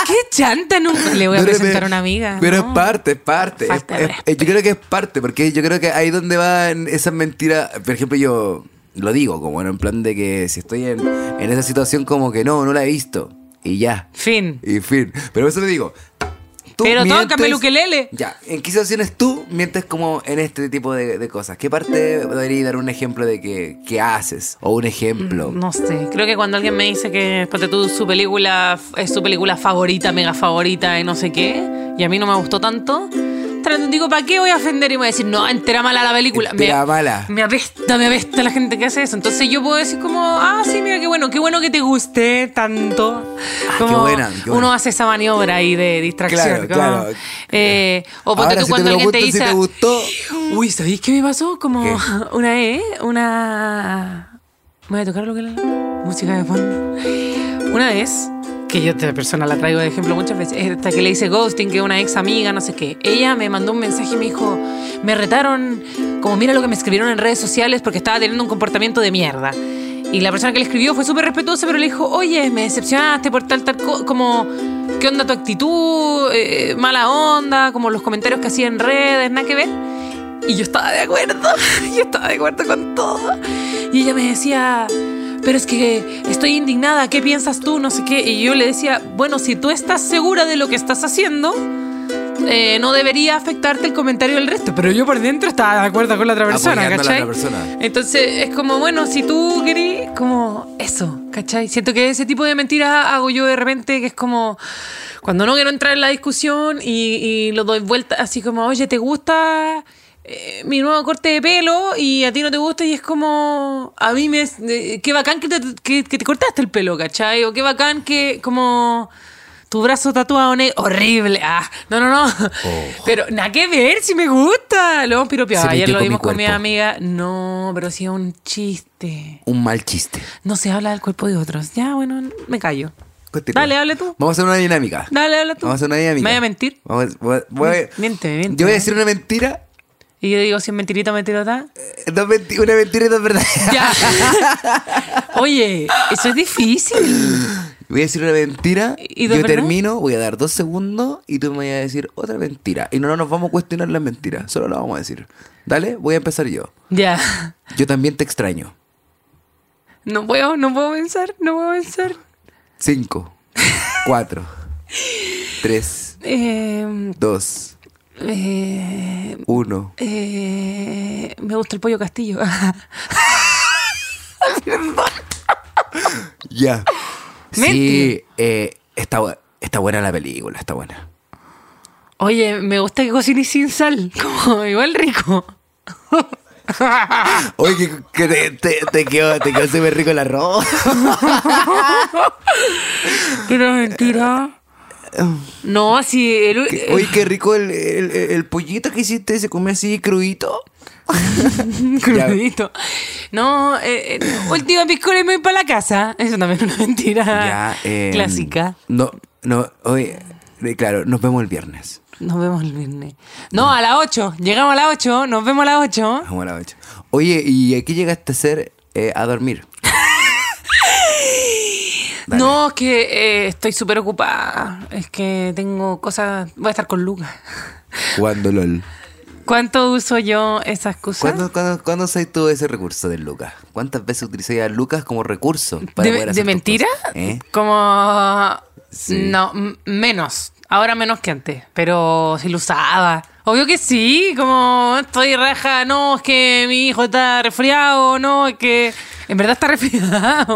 [SPEAKER 2] ¡Qué chanta! Nunca le voy a
[SPEAKER 1] No, pero-
[SPEAKER 2] presentar a una amiga.
[SPEAKER 1] Pero
[SPEAKER 2] ¿no?
[SPEAKER 1] es parte, es parte. Es-
[SPEAKER 2] Falta de
[SPEAKER 1] es-
[SPEAKER 2] respeto.
[SPEAKER 1] yo creo que es parte, porque yo creo que ahí donde van esas mentiras. Por ejemplo, yo lo digo, como en el plan de que si estoy en, en esa situación, como que no, no la he visto. Y ya.
[SPEAKER 2] Fin.
[SPEAKER 1] Y fin. Pero eso te digo. tú
[SPEAKER 2] Pero
[SPEAKER 1] mientes-
[SPEAKER 2] tócame el ukelele.
[SPEAKER 1] Ya. ¿En qué situaciones tú mientes como en este tipo de, de cosas? ¿Qué parte podría dar un ejemplo de que, que haces? O un ejemplo.
[SPEAKER 2] Mm, No sé. Creo que cuando alguien me dice que ponte tú, su película es su película favorita, mega favorita y no sé qué, y a mí no me gustó tanto, tra- digo, ¿para qué voy a ofender? Y voy a decir, no, entera mala la película.
[SPEAKER 1] Entera
[SPEAKER 2] me,
[SPEAKER 1] mala.
[SPEAKER 2] Me apesta, me apesta la gente que hace eso. Entonces yo puedo decir como, ah, sí, mira, qué bueno, qué bueno que te guste tanto.
[SPEAKER 1] Ah,
[SPEAKER 2] Como
[SPEAKER 1] qué buena, qué buena.
[SPEAKER 2] Uno hace esa maniobra ahí de distracción.
[SPEAKER 1] Claro, claro.
[SPEAKER 2] eh, o ponte
[SPEAKER 1] Ahora,
[SPEAKER 2] tú
[SPEAKER 1] si
[SPEAKER 2] cuando
[SPEAKER 1] te
[SPEAKER 2] alguien te
[SPEAKER 1] preguntan
[SPEAKER 2] dice...
[SPEAKER 1] si te gustó.
[SPEAKER 2] Uy, ¿sabéis qué me pasó? Como
[SPEAKER 1] ¿Qué?
[SPEAKER 2] una E, una. ¿Me voy a tocar lo que la música de fondo? Una vez, que yo a esta persona la traigo de ejemplo muchas veces, esta que le hice ghosting, que es una ex amiga, no sé qué. Ella me mandó un mensaje y me dijo, me retaron, como mira lo que me escribieron en redes sociales porque estaba teniendo un comportamiento de mierda. Y la persona que le escribió fue súper respetuosa, pero le dijo, oye, me decepcionaste por tal, tal, co- como, ¿qué onda tu actitud? Eh, mala onda, como los comentarios que hacía en redes, nada que ver. Y yo estaba de acuerdo, yo estaba de acuerdo con todo. Y ella me decía, pero es que estoy indignada, ¿qué piensas tú? No sé qué. Y yo le decía, bueno, si tú estás segura de lo que estás haciendo, eh, no debería afectarte el comentario del resto. Pero yo por dentro estaba de acuerdo con la otra persona,
[SPEAKER 1] Apoyando a la
[SPEAKER 2] ¿cachai?
[SPEAKER 1] otra persona.
[SPEAKER 2] Entonces es como, bueno, si tú querés, como eso, ¿cachai? Siento que ese tipo de mentiras hago yo de repente, que es como cuando no quiero entrar en la discusión y, y lo doy vuelta, así como, oye, ¿te gusta eh, mi nuevo corte de pelo? Y a ti no te gusta y es como, a mí me... es- eh, qué bacán que te, que- que te cortaste el pelo, ¿cachai? O qué bacán que como... Tu brazo tatuado ne- horrible. Ah, no, no, no. Pero nada que ver si me gusta. Lo hemos piropeado.
[SPEAKER 1] Se
[SPEAKER 2] Ayer
[SPEAKER 1] metió
[SPEAKER 2] lo
[SPEAKER 1] con mi
[SPEAKER 2] vimos con mi
[SPEAKER 1] cuerpo.
[SPEAKER 2] amiga. No, pero si es un chiste.
[SPEAKER 1] Un mal chiste.
[SPEAKER 2] No se habla del cuerpo de otros. Ya, bueno, me callo.
[SPEAKER 1] Continúa.
[SPEAKER 2] Dale, habla tú.
[SPEAKER 1] Vamos a hacer una dinámica.
[SPEAKER 2] Dale, habla tú.
[SPEAKER 1] Vamos a hacer una dinámica.
[SPEAKER 2] ¿Me voy a mentir?
[SPEAKER 1] Vamos, voy a- voy a-
[SPEAKER 2] Miente, miente.
[SPEAKER 1] Yo voy a decir una mentira,
[SPEAKER 2] Y yo digo, si es mentirita, mentirota.
[SPEAKER 1] eh, dos menti- una mentira y dos verdades.
[SPEAKER 2] Ya. Oye, eso es difícil.
[SPEAKER 1] Voy a decir una mentira,
[SPEAKER 2] ¿Y
[SPEAKER 1] yo
[SPEAKER 2] dos verdades?
[SPEAKER 1] termino, voy a dar dos segundos y tú me vas a decir otra mentira. Y no nos vamos a cuestionar las mentiras, solo las vamos a decir. Dale, voy a empezar yo.
[SPEAKER 2] Ya.
[SPEAKER 1] Yo también te extraño.
[SPEAKER 2] No puedo, no puedo pensar, no puedo pensar.
[SPEAKER 1] Cinco, cuatro, tres,
[SPEAKER 2] Eh,
[SPEAKER 1] dos,
[SPEAKER 2] eh,
[SPEAKER 1] uno.
[SPEAKER 2] eh, me gusta el pollo castillo.
[SPEAKER 1] Ya. Sí,
[SPEAKER 2] Mente.
[SPEAKER 1] eh, está, bu- está buena la película, está buena.
[SPEAKER 2] Oye, me gusta que cocines sin sal. Como igual rico.
[SPEAKER 1] Oye, que, que te, te, te quedó, te quedó súper rico el arroz.
[SPEAKER 2] Pero mentira. No, si el-
[SPEAKER 1] Que- Oye, qué rico el, el, el pollito que hiciste, se come así crudito.
[SPEAKER 2] Crudito. No, eh, eh, última piscola y me voy para la casa. Eso también es una mentira
[SPEAKER 1] Ya, eh,
[SPEAKER 2] Ah, clásica.
[SPEAKER 1] No, no, oye, eh, claro, nos vemos el viernes.
[SPEAKER 2] Nos vemos el viernes. No, a las 8. Llegamos a las 8. Nos vemos a las 8.
[SPEAKER 1] Vamos a las ocho. Oye, ¿y aquí llegaste a hacer eh, a dormir? Dale.
[SPEAKER 2] No, es que eh, estoy súper ocupada. Es que tengo cosas. Voy a estar con Lucas.
[SPEAKER 1] Jugando LOL.
[SPEAKER 2] ¿Cuánto uso yo esa excusa?
[SPEAKER 1] ¿Cuándo, cuándo, cuándo usáis tú ese recurso del Lucas? ¿Cuántas veces utilizáis a Lucas como recurso? para poder
[SPEAKER 2] ¿De, de
[SPEAKER 1] hacer tus
[SPEAKER 2] mentira?
[SPEAKER 1] cosas? ¿Eh?
[SPEAKER 2] Como.
[SPEAKER 1] Sí.
[SPEAKER 2] No, m- menos. Ahora menos que antes. Pero si lo usaba. Obvio que sí. Como estoy raja. No, es que mi hijo está resfriado. No, es que. En verdad está resfriado.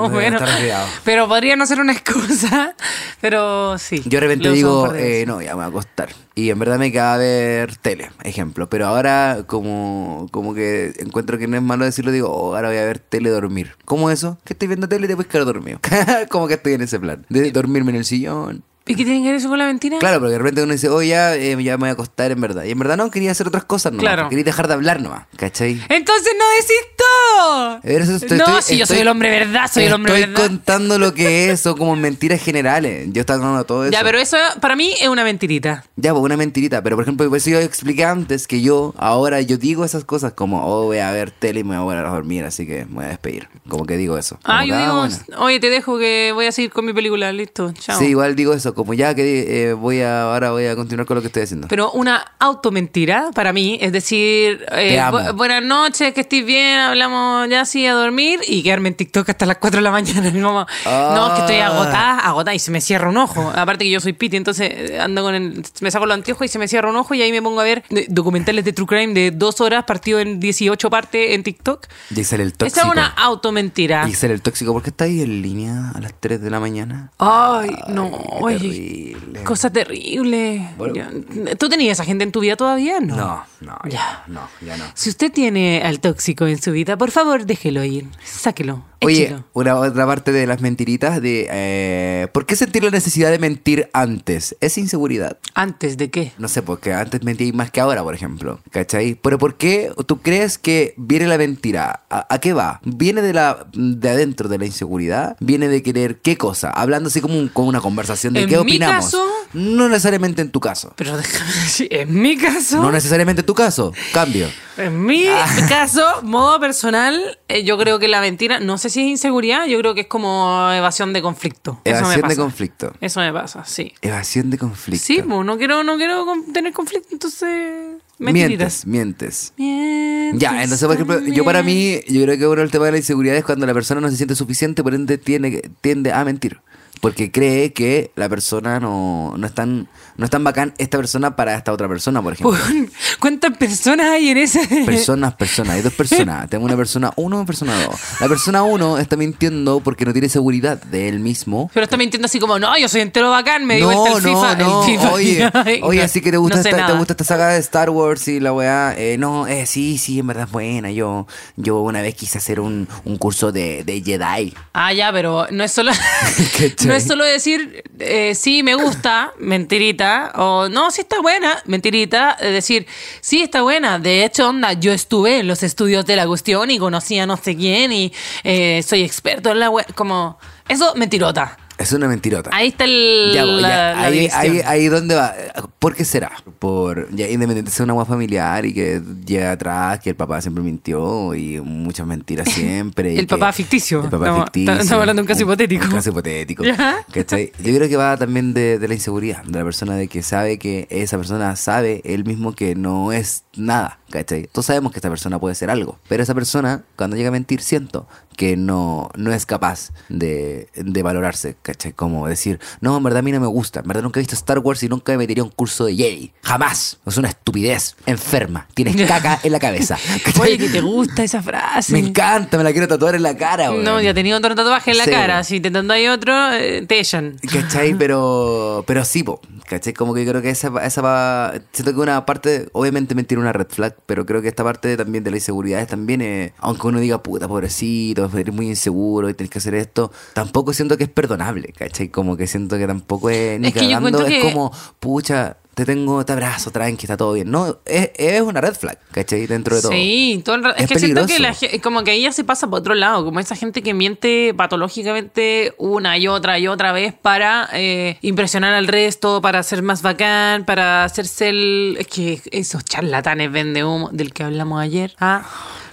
[SPEAKER 1] En verdad
[SPEAKER 2] bueno,
[SPEAKER 1] está resfriado.
[SPEAKER 2] Pero podría no ser una excusa. Pero sí.
[SPEAKER 1] Yo de repente
[SPEAKER 2] lo uso un
[SPEAKER 1] digo,
[SPEAKER 2] par de veces.
[SPEAKER 1] eh, no, ya me voy a acostar. Y en verdad me queda ver tele, ejemplo. Pero ahora, como, como que encuentro que no es malo decirlo, digo, oh, ahora voy a ver tele dormir. ¿Cómo eso? Que estoy viendo tele y después quedar dormido. como que estoy en ese plan. De dormirme en el sillón.
[SPEAKER 2] ¿Y qué tiene que ver eso con la mentira?
[SPEAKER 1] Claro, porque de repente uno dice, oh, ya, eh, ya me voy a acostar en verdad. Y en verdad no, quería hacer otras cosas, no.
[SPEAKER 2] Claro.
[SPEAKER 1] Quería dejar de hablar nomás, ¿cachai?
[SPEAKER 2] Entonces no decís todo.
[SPEAKER 1] Pero eso estoy-
[SPEAKER 2] no,
[SPEAKER 1] estoy-
[SPEAKER 2] si yo soy
[SPEAKER 1] estoy-
[SPEAKER 2] el hombre verdad, soy el hombre
[SPEAKER 1] Estoy
[SPEAKER 2] verdad.
[SPEAKER 1] contando lo que es, o como mentiras generales. Yo estaba contando todo eso.
[SPEAKER 2] Ya, pero eso para mí es una mentirita.
[SPEAKER 1] Ya, pues una mentirita, pero por ejemplo, por eso yo expliqué antes que yo, ahora yo digo esas cosas como, oh, voy a ver tele y me voy a volver a dormir, así que me voy a despedir. Como que digo eso.
[SPEAKER 2] Ah,
[SPEAKER 1] Como
[SPEAKER 2] yo
[SPEAKER 1] que,
[SPEAKER 2] digo,
[SPEAKER 1] bueno.
[SPEAKER 2] oye, te dejo que voy a seguir con mi película, listo, chao.
[SPEAKER 1] Sí, igual digo eso, como ya que eh, voy a, ahora voy a continuar con lo que estoy haciendo.
[SPEAKER 2] Pero una automentira para mí, es decir, eh,
[SPEAKER 1] amo.
[SPEAKER 2] bu- buenas noches, que estés bien, hablamos ya así a dormir y quedarme en TikTok hasta las 4 de la mañana. y como, No, es que estoy
[SPEAKER 1] Ah.
[SPEAKER 2] agotada, agotada y se me cierra un ojo. Aparte que yo soy piti, entonces eh, ando con el, me saco los anteojos y se me cierra un ojo y ahí me pongo a ver eh, documentales de True Crime de dos horas partido en 18 partes en TikTok.
[SPEAKER 1] Y sale el
[SPEAKER 2] Esa
[SPEAKER 1] tóxico.
[SPEAKER 2] es una automentira.
[SPEAKER 1] Y sale el tóxico, ¿por qué está ahí en línea a las 3 de la mañana?
[SPEAKER 2] Ay, no,
[SPEAKER 1] qué
[SPEAKER 2] oye,
[SPEAKER 1] terrible.
[SPEAKER 2] cosa terrible.
[SPEAKER 1] Bueno.
[SPEAKER 2] Ya, ¿Tú tenías esa gente en tu vida todavía? No.
[SPEAKER 1] No, no, ya,
[SPEAKER 2] Ya.
[SPEAKER 1] no, ya no.
[SPEAKER 2] Si usted tiene al tóxico en su vida, por favor déjelo ir, sáquelo,
[SPEAKER 1] Oye,
[SPEAKER 2] échelo.
[SPEAKER 1] una otra parte de las mentiritas de eh, ¿por qué sentir la necesidad de mentir antes? Es inseguridad.
[SPEAKER 2] ¿Antes de qué?
[SPEAKER 1] No sé, porque antes mentí más que ahora, por ejemplo. ¿Cachai? Pero ¿por qué tú crees que viene la mentira? ¿A, a qué va? ¿Viene de la de adentro, de la inseguridad? ¿Viene de querer qué cosa? Hablando así como un- como una conversación de
[SPEAKER 2] En
[SPEAKER 1] qué
[SPEAKER 2] mi
[SPEAKER 1] opinamos.
[SPEAKER 2] caso-
[SPEAKER 1] No necesariamente en tu caso.
[SPEAKER 2] Pero déjame decir, en mi caso,
[SPEAKER 1] No Ah. necesariamente en tu caso. Cambio.
[SPEAKER 2] en mi caso, modo personal, eh, yo creo que la mentira, no sé si es inseguridad, yo creo que es como evasión de conflicto. Eso me
[SPEAKER 1] Evasión
[SPEAKER 2] pasa.
[SPEAKER 1] de conflicto.
[SPEAKER 2] Eso me pasa, sí.
[SPEAKER 1] Evasión de conflicto.
[SPEAKER 2] Sí, pues no quiero, no quiero con- tener conflicto, entonces mentiritas.
[SPEAKER 1] mientes, mientes.
[SPEAKER 2] Mientes
[SPEAKER 1] Ya, entonces, por ejemplo, yo para mí, yo creo que uno del tema de la inseguridad es cuando la persona no se siente suficiente, por ende tiene, que- tiende a mentir. Porque cree que la persona no, no, es tan, no es tan bacán esta persona para esta otra persona, por ejemplo.
[SPEAKER 2] Weón, ¿Cuántas personas hay en ese?
[SPEAKER 1] Personas, personas, hay dos personas. Tengo una persona uno y una persona dos. La persona uno está mintiendo porque no tiene seguridad de él mismo.
[SPEAKER 2] Pero está mintiendo así como, no, yo soy entero bacán, me di
[SPEAKER 1] no,
[SPEAKER 2] vuelta el
[SPEAKER 1] no,
[SPEAKER 2] FIFA. el
[SPEAKER 1] no,
[SPEAKER 2] FIFA.
[SPEAKER 1] Oye,
[SPEAKER 2] Ay,
[SPEAKER 1] oye,
[SPEAKER 2] no,
[SPEAKER 1] así que te
[SPEAKER 2] no
[SPEAKER 1] gusta,
[SPEAKER 2] sé
[SPEAKER 1] esta, te
[SPEAKER 2] nada.
[SPEAKER 1] gusta esta saga de Star Wars y la weá. eh, no, eh, sí, sí, en verdad es buena. Yo, yo una vez quise hacer un, un curso de, de Jedi.
[SPEAKER 2] Ah, ya, pero no es solo,
[SPEAKER 1] ¿Cachai?
[SPEAKER 2] no es solo decir, eh, sí, me gusta, mentirita, o no, sí está buena, mentirita, es decir, sí está buena, de hecho, onda, yo estuve en los estudios de la cuestión y conocí a no sé quién y eh, soy experto en la web, como, eso, mentirota.
[SPEAKER 1] Es una mentirota.
[SPEAKER 2] Ahí está el,
[SPEAKER 1] Ya, bo,
[SPEAKER 2] la,
[SPEAKER 1] ya,
[SPEAKER 2] la
[SPEAKER 1] ahí,
[SPEAKER 2] división.
[SPEAKER 1] ahí, ahí donde va. ¿Por qué será? Por ya, independiente sea una agua familiar y que llega atrás, que el papá siempre mintió y muchas mentiras siempre. y
[SPEAKER 2] El
[SPEAKER 1] que-
[SPEAKER 2] papá ficticio.
[SPEAKER 1] El papá
[SPEAKER 2] Estamos-
[SPEAKER 1] ficticio.
[SPEAKER 2] estamos hablando de un caso hipotético.
[SPEAKER 1] Un caso hipotético.
[SPEAKER 2] Ya.
[SPEAKER 1] ¿Cachai? Yo creo que va también de, de la inseguridad, de la persona de que sabe que esa persona sabe él mismo que no es nada. ¿Cachai? Todos sabemos que esta persona puede ser algo, pero esa persona, cuando llega a mentir, siento que no, no es capaz de, de valorarse, ¿cachai? Como decir, no, en verdad a mí no me gusta, en verdad nunca he visto Star Wars y nunca me metería a un curso de Jedi. Jamás. Es una estupidez. Enferma. Tienes caca en la cabeza. ¿cachai?
[SPEAKER 2] Oye, que te gusta esa frase.
[SPEAKER 1] Me encanta, me la quiero tatuar en la cara, weón.
[SPEAKER 2] No, ya tenía otro tatuaje en la
[SPEAKER 1] Sí.
[SPEAKER 2] cara. Si te tatuáis otro, eh, te echan.
[SPEAKER 1] ¿Cachai? Pero, pero sí, po. ¿Caché? Como que yo creo que esa, esa va... Siento que una parte, obviamente mentir una red flag, pero creo que esta parte también de la inseguridad es también, eh, aunque uno diga, puta, pobrecito, eres muy inseguro y tenés que hacer esto, tampoco siento que es perdonable, ¿cachai? Como que siento que tampoco es ni
[SPEAKER 2] Es que yo
[SPEAKER 1] cagando,
[SPEAKER 2] encuentro
[SPEAKER 1] es
[SPEAKER 2] que-
[SPEAKER 1] como, pucha, te tengo, te abrazo, tranqui, está todo bien. No, es, es una red flag, ¿cachai? Dentro de todo.
[SPEAKER 2] Sí, todo el rato. Es,
[SPEAKER 1] Es
[SPEAKER 2] que siento que
[SPEAKER 1] peligroso.
[SPEAKER 2] la ge- como que ella se pasa por otro lado, como esa gente que miente patológicamente una y otra y otra vez para eh, impresionar al resto, para ser más bacán, para hacerse el... Es que esos charlatanes vende humo del que hablamos ayer. Ah,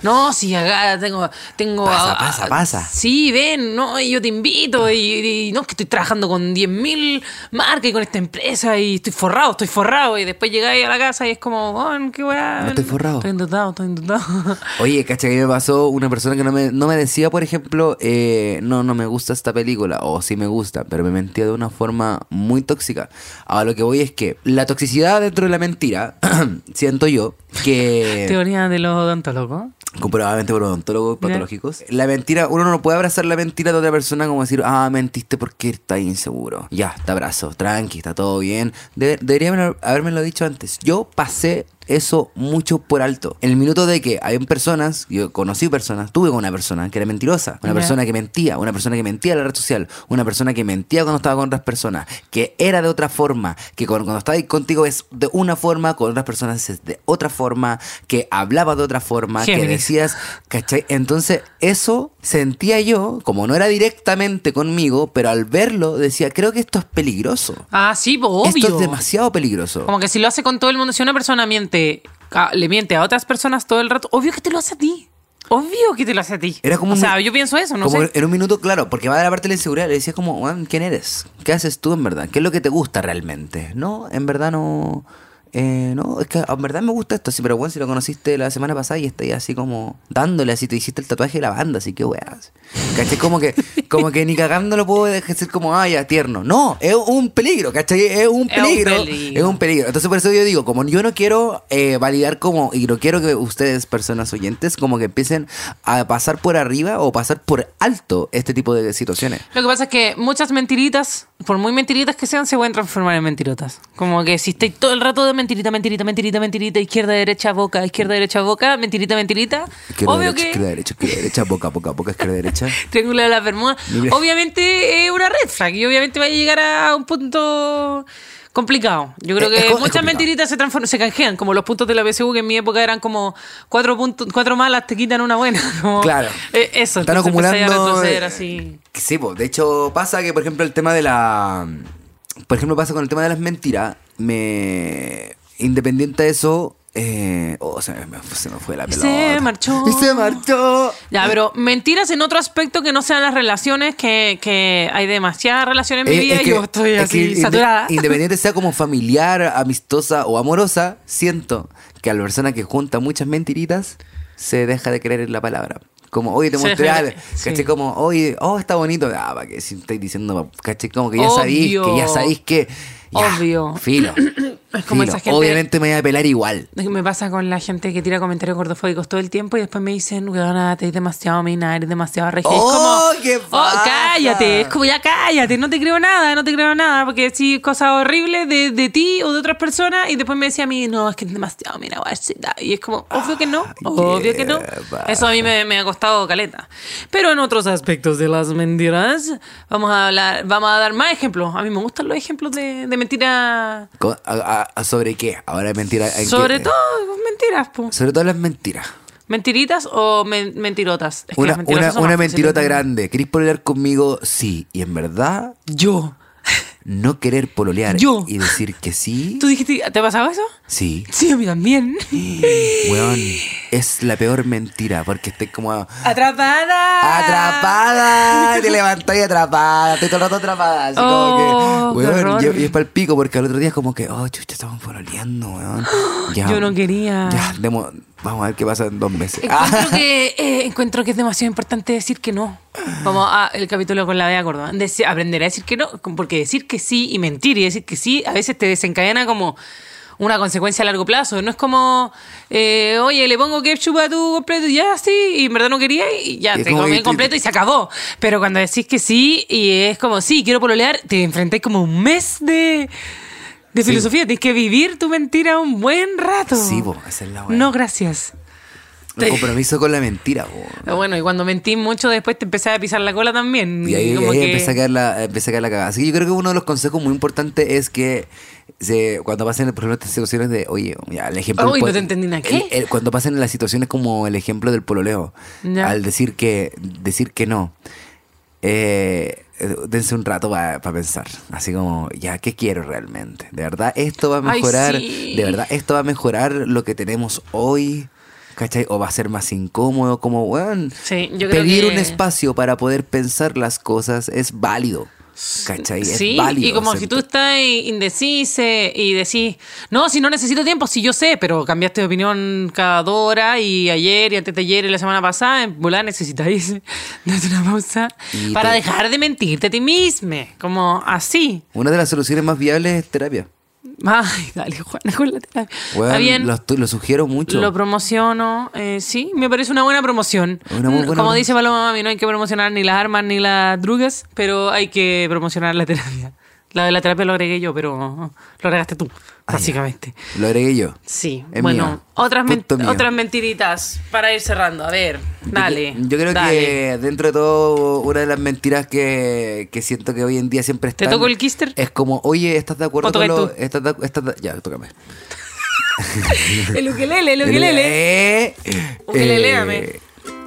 [SPEAKER 2] no, si acá tengo... tengo
[SPEAKER 1] Pasa,
[SPEAKER 2] ah,
[SPEAKER 1] pasa,
[SPEAKER 2] ah,
[SPEAKER 1] pasa.
[SPEAKER 2] Sí, ven, no, y yo te invito y, y no, es que estoy trabajando con 10.000 marcas y con esta empresa y estoy forrado, estoy forrado y después llegáis a la casa y es como, oh, qué weá.
[SPEAKER 1] No estoy forrado.
[SPEAKER 2] Estoy endotado, estoy endotado.
[SPEAKER 1] Oye, cacha que me pasó una persona que no me, no me decía, por ejemplo, eh, no, no me gusta esta película, o sí me gusta, pero me mentía de una forma muy tóxica. A lo que voy es que la toxicidad dentro de la mentira, siento yo, que
[SPEAKER 2] Teoría de los odontólogos.
[SPEAKER 1] comprobadamente por odontólogos
[SPEAKER 2] Ya.
[SPEAKER 1] patológicos, la mentira, uno no puede abrazar la mentira de otra persona como decir, ah, mentiste porque estás inseguro. Ya, te abrazo, tranqui, está todo bien. De- debería haber- habérmelo dicho antes. Yo pasé eso mucho por alto. En el minuto de que hay personas, yo conocí personas, tuve con una persona que era mentirosa, una
[SPEAKER 2] Ya.
[SPEAKER 1] persona que mentía, una persona que mentía en la red social, una persona que mentía cuando estaba con otras personas, que era de otra forma, que cuando, cuando estaba ahí contigo es de una forma, con otras personas es de otra forma, que hablaba de otra forma, que
[SPEAKER 2] Géminis.
[SPEAKER 1] decías, ¿cachai? Entonces, eso sentía yo, como no era directamente conmigo, pero al verlo decía, creo que esto es peligroso.
[SPEAKER 2] Ah, sí, pues
[SPEAKER 1] Esto es
[SPEAKER 2] obvio.
[SPEAKER 1] demasiado peligroso.
[SPEAKER 2] Como que si lo hace con todo el mundo, si una persona miente, a- le miente a otras personas todo el rato, obvio que te lo hace a ti. Obvio que te lo hace a ti.
[SPEAKER 1] Era como
[SPEAKER 2] o
[SPEAKER 1] un-
[SPEAKER 2] sea, yo pienso eso, no
[SPEAKER 1] como
[SPEAKER 2] sé.
[SPEAKER 1] en un minuto, claro, porque va de la parte de la inseguridad. Le decía como, "Juan, ¿quién eres? ¿Qué haces tú en verdad? ¿Qué es lo que te gusta realmente? No, en verdad no... eh, no, es que en verdad me gusta esto, sí, pero bueno, si lo conociste la semana pasada y estáis así como dándole, así te hiciste el tatuaje de la banda, así que weas. ¿Cachai? Como que, como que ni cagando lo puedo decir como, ay, ya tierno. No, es un peligro, ¿cachai? Es un
[SPEAKER 2] Es un
[SPEAKER 1] peligro.
[SPEAKER 2] peligro.
[SPEAKER 1] Es un peligro. Entonces por eso yo digo, como yo no quiero eh, validar como, y no quiero que ustedes, personas oyentes, como que empiecen a pasar por arriba o pasar por alto este tipo de situaciones.
[SPEAKER 2] Lo que pasa es que muchas mentiritas, por muy mentiritas que sean, se pueden transformar en mentirotas. Como que si estáis todo el rato de mentirita, mentirita, mentirita, mentirita, izquierda, derecha, boca, izquierda, derecha, boca, mentirita, mentirita,
[SPEAKER 1] Izquierda,
[SPEAKER 2] obvio
[SPEAKER 1] derecha,
[SPEAKER 2] que...
[SPEAKER 1] izquierda, derecha, izquierda, derecha, boca, boca, boca, izquierda, derecha.
[SPEAKER 2] Triángulo de las Bermudas.
[SPEAKER 1] Libre.
[SPEAKER 2] Obviamente es una red flag y obviamente va a llegar a un punto complicado. Yo creo
[SPEAKER 1] Es- Eh, es
[SPEAKER 2] que
[SPEAKER 1] co- es
[SPEAKER 2] muchas
[SPEAKER 1] complicado.
[SPEAKER 2] mentiritas se transform- se canjean, como los puntos de la PSU que en mi época eran como cuatro puntos, cuatro malas te quitan una buena. como-
[SPEAKER 1] Claro.
[SPEAKER 2] Eh, eso,
[SPEAKER 1] Están
[SPEAKER 2] entonces empezáis
[SPEAKER 1] acumulando,
[SPEAKER 2] a retroceder
[SPEAKER 1] eh,
[SPEAKER 2] así.
[SPEAKER 1] Sí, pues, de hecho pasa que, por ejemplo, el tema de la... Por ejemplo, pasa con el tema de las mentiras. Me... Independiente de eso... Eh... oh, se, me, se me fue la
[SPEAKER 2] Y se
[SPEAKER 1] pelota.
[SPEAKER 2] marchó.
[SPEAKER 1] Y se marchó.
[SPEAKER 2] Ya, pero mentiras en otro aspecto que no sean las relaciones, que, que hay demasiadas relaciones en mi
[SPEAKER 1] Eh,
[SPEAKER 2] vida
[SPEAKER 1] es
[SPEAKER 2] y
[SPEAKER 1] que-
[SPEAKER 2] yo estoy
[SPEAKER 1] es que
[SPEAKER 2] así
[SPEAKER 1] inde-
[SPEAKER 2] saturada.
[SPEAKER 1] Independiente sea como familiar, amistosa o amorosa, siento que a la persona que junta muchas mentiritas se deja de creer en la palabra. Como, oye, te
[SPEAKER 2] Se
[SPEAKER 1] mostré
[SPEAKER 2] deja de-
[SPEAKER 1] algo.
[SPEAKER 2] sí.
[SPEAKER 1] ¿Cachai? Como, oye, oh, está bonito. Ah, para que si estáis diciendo, ¿cachai? Como que ya sabéis,
[SPEAKER 2] Obvio.
[SPEAKER 1] que ya sabéis que. ya,
[SPEAKER 2] Obvio.
[SPEAKER 1] Filo.
[SPEAKER 2] Es como
[SPEAKER 1] filo.
[SPEAKER 2] esa gente-
[SPEAKER 1] Obviamente me voy a pelar igual.
[SPEAKER 2] Me pasa con la gente que tira comentarios gordofóbicos todo el tiempo y después me dicen, weona, te eres demasiado mina, eres demasiado regia. Y es
[SPEAKER 1] ¡Oh,
[SPEAKER 2] como,
[SPEAKER 1] qué paja!
[SPEAKER 2] cállate! Es como, ya cállate, no te creo nada, no te creo nada, porque decís cosas horribles de, de ti o de otras personas y después me decía a mí, no, es que eres demasiado mina, guachita. Y es como, obvio que no, obvio que no.
[SPEAKER 1] qué paja.
[SPEAKER 2] Eso a mí me, me ha costado caleta. Pero en otros aspectos de las mentiras, vamos a hablar, vamos a dar más ejemplos. A mí me gustan los ejemplos de, de mentiras,
[SPEAKER 1] Co- a- a- ¿Sobre qué? Ahora mentiras.
[SPEAKER 2] sobre todo mentiras, pues.
[SPEAKER 1] Sobre todo las mentiras.
[SPEAKER 2] ¿Mentiritas o men- mentirotas? Es que las
[SPEAKER 1] Una,
[SPEAKER 2] mentirosas
[SPEAKER 1] una-
[SPEAKER 2] son
[SPEAKER 1] una
[SPEAKER 2] más fáciles
[SPEAKER 1] mentirota
[SPEAKER 2] de-
[SPEAKER 1] grande. ¿Querís pelear conmigo? Sí. Y en verdad,
[SPEAKER 2] Yo.
[SPEAKER 1] no querer pololear
[SPEAKER 2] Yo.
[SPEAKER 1] y decir que sí,
[SPEAKER 2] ¿Tú dijiste, ¿te ha pasado eso?
[SPEAKER 1] sí,
[SPEAKER 2] Sí, a mí también.
[SPEAKER 1] weón, es la peor mentira porque estoy como
[SPEAKER 2] ¡Atrapada!
[SPEAKER 1] atrapada, te levantáis atrapada, estoy todo el rato atrapada, así
[SPEAKER 2] Ah. Oh,
[SPEAKER 1] como que,
[SPEAKER 2] qué
[SPEAKER 1] weón,
[SPEAKER 2] horror.
[SPEAKER 1] y, y es para el pico porque al otro día es como que, oh, chucha, estamos pololeando, weón. Ya,
[SPEAKER 2] Yo no quería.
[SPEAKER 1] Ya, demo- vamos a ver qué pasa en dos meses. Ah,
[SPEAKER 2] Encuentro que, eh, encuentro que es demasiado importante decir que no. Como ah, el capítulo con la Bea Córdoba. Deci- aprender a decir que no, porque decir que sí y mentir y decir que sí a veces te desencadena como una consecuencia a largo plazo. No es como, eh, oye, le pongo ketchup a tu completo y ya sí, y en verdad no quería y ya
[SPEAKER 1] Y es
[SPEAKER 2] te
[SPEAKER 1] como
[SPEAKER 2] comí
[SPEAKER 1] que
[SPEAKER 2] el
[SPEAKER 1] te-
[SPEAKER 2] completo y se acabó. Pero cuando decís que sí y es como, sí, quiero pololear, te enfrentáis como un mes de... de filosofía. Tienes que vivir tu mentira un buen rato.
[SPEAKER 1] Sí, po, esa es la weá.
[SPEAKER 2] No, gracias.
[SPEAKER 1] Un compromiso con la mentira, po.
[SPEAKER 2] Bueno, y cuando mentís mucho, después te empezás a pisar la cola también.
[SPEAKER 1] Y ahí,
[SPEAKER 2] Mm, como
[SPEAKER 1] ahí
[SPEAKER 2] que-
[SPEAKER 1] empieza, a caer la, empieza a caer la cagada. Así que yo creo que uno de los consejos muy importantes es que se- cuando pasen, por ejemplo, estas situaciones de, oye, ya, el ejemplo...
[SPEAKER 2] Uy,
[SPEAKER 1] del
[SPEAKER 2] no
[SPEAKER 1] pol-
[SPEAKER 2] te entendí nada. ¿Qué?
[SPEAKER 1] el- el- cuando pasen las situaciones como el ejemplo del pololeo,
[SPEAKER 2] Ya.
[SPEAKER 1] al decir que, decir que no, eh, eh, dense un rato para pensar. Así como, ya, ¿qué quiero realmente? ¿De verdad esto va a
[SPEAKER 2] Ay,
[SPEAKER 1] mejorar?
[SPEAKER 2] sí.
[SPEAKER 1] ¿De verdad esto va a mejorar lo que tenemos hoy? ¿Cachai? ¿O va a ser más incómodo? Como, weón,
[SPEAKER 2] Sí, yo creo
[SPEAKER 1] pedir
[SPEAKER 2] que-
[SPEAKER 1] un espacio para poder pensar las cosas es válido. ¿Cachai? Es
[SPEAKER 2] Sí,
[SPEAKER 1] válido.
[SPEAKER 2] y como
[SPEAKER 1] se-
[SPEAKER 2] si tú estás indecise y decís, no, si no necesito tiempo, si yo sé, pero cambiaste de opinión cada dos horas y ayer y antes de ayer y la semana pasada, en volar necesitáis darte una pausa
[SPEAKER 1] Y
[SPEAKER 2] para
[SPEAKER 1] te-
[SPEAKER 2] dejar de mentirte a ti mismo, como así.
[SPEAKER 1] Una de las soluciones más viables es terapia.
[SPEAKER 2] Ay, dale, Juana, con la terapia.
[SPEAKER 1] Weón,
[SPEAKER 2] Está bien,
[SPEAKER 1] lo, estu- lo sugiero mucho.
[SPEAKER 2] lo promociono, eh, sí, me parece una buena promoción. Mm,
[SPEAKER 1] Una muy buena
[SPEAKER 2] como
[SPEAKER 1] promoción.
[SPEAKER 2] dice Paloma Mami, no hay que promocionar ni las armas ni las drogas, pero hay que promocionar la terapia. La de la terapia lo agregué yo, pero lo agregaste tú,
[SPEAKER 1] Ah, ya.
[SPEAKER 2] básicamente.
[SPEAKER 1] Lo agregué yo.
[SPEAKER 2] Sí,
[SPEAKER 1] Es
[SPEAKER 2] bueno,
[SPEAKER 1] mío.
[SPEAKER 2] otras, men-
[SPEAKER 1] Punto mío.
[SPEAKER 2] otras mentiritas para ir cerrando. A ver,
[SPEAKER 1] Yo
[SPEAKER 2] dale.
[SPEAKER 1] cre- Yo, creo
[SPEAKER 2] dale.
[SPEAKER 1] que dentro de todo, una de las mentiras que, que siento que hoy en día siempre
[SPEAKER 2] ¿Te
[SPEAKER 1] están...
[SPEAKER 2] toco el kister?
[SPEAKER 1] Es como, oye, ¿estás de acuerdo
[SPEAKER 2] ¿O
[SPEAKER 1] con
[SPEAKER 2] tocas
[SPEAKER 1] lo...?
[SPEAKER 2] tú?
[SPEAKER 1] Estás de- estás de- Ya, tócame.
[SPEAKER 2] El ukelele, el
[SPEAKER 1] El-
[SPEAKER 2] ukelele.
[SPEAKER 1] eh,
[SPEAKER 2] Ukeleleame.
[SPEAKER 1] eh,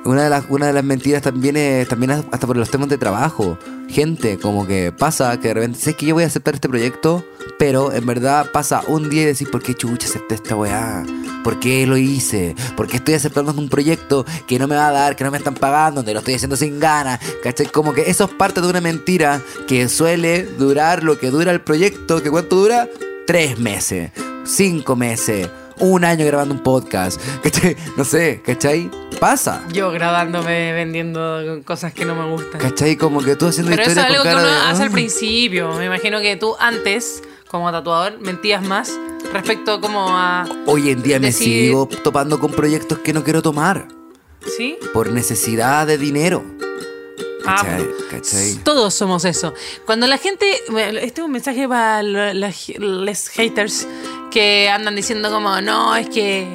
[SPEAKER 1] Una de, las, una de las mentiras también es también hasta por los temas de trabajo. Gente, como que pasa que de repente sé que yo voy a aceptar este proyecto, pero en verdad pasa un día y decís, ¿por qué chucha acepté esta weá? ¿Por qué lo hice? ¿Por qué estoy aceptando un proyecto que no me va a dar, que no me están pagando, donde lo estoy haciendo sin ganas? ¿Cachai? Como que eso es parte de una mentira que suele durar lo que dura el proyecto, que cuánto dura? Tres meses, cinco meses, un año grabando un podcast. ¿Cachai? No sé, ¿cachai? Pasa.
[SPEAKER 2] Yo grabándome vendiendo cosas que no me gustan.
[SPEAKER 1] ¿Cachai? Como que tú haciendo
[SPEAKER 2] Pero eso es
[SPEAKER 1] historia
[SPEAKER 2] algo
[SPEAKER 1] con
[SPEAKER 2] que
[SPEAKER 1] cara
[SPEAKER 2] uno
[SPEAKER 1] de,
[SPEAKER 2] hace al
[SPEAKER 1] "Ay".
[SPEAKER 2] principio. Me imagino que tú antes, como tatuador, mentías más respecto como a...
[SPEAKER 1] Hoy en día me
[SPEAKER 2] Decir-
[SPEAKER 1] sigo topando con proyectos que no quiero tomar
[SPEAKER 2] ¿Sí?
[SPEAKER 1] por necesidad de dinero.
[SPEAKER 2] Ah,
[SPEAKER 1] ¿Cachai? ¿Cachai?
[SPEAKER 2] Todos somos eso. Cuando la gente. bueno, Este es un mensaje para los haters que andan diciendo, como, no, es que,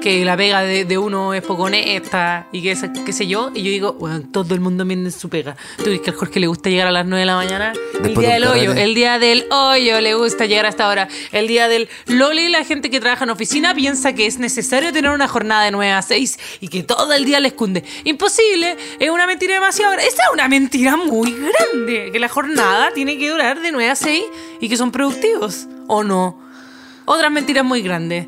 [SPEAKER 2] que la pega de, de uno es poco honesta y que esa- qué sé yo. Y yo digo, bueno, todo el mundo miente en su pega. ¿Tú crees que al Jorge le gusta llegar a las 9 de la mañana? el
[SPEAKER 1] Después
[SPEAKER 2] día
[SPEAKER 1] de
[SPEAKER 2] del
[SPEAKER 1] un
[SPEAKER 2] hoyo.
[SPEAKER 1] carrete.
[SPEAKER 2] El día del hoyo le gusta llegar hasta ahora. El día del loli, la gente que trabaja en oficina piensa que es necesario tener una jornada de 9 a 6 y que todo el día les cunde. Imposible, es una mentira demasiado. gran- Esa es una mentira muy grande, que la jornada tiene que durar de 9 a 6 y que son productivos, ¿o no? Otras mentiras muy grandes.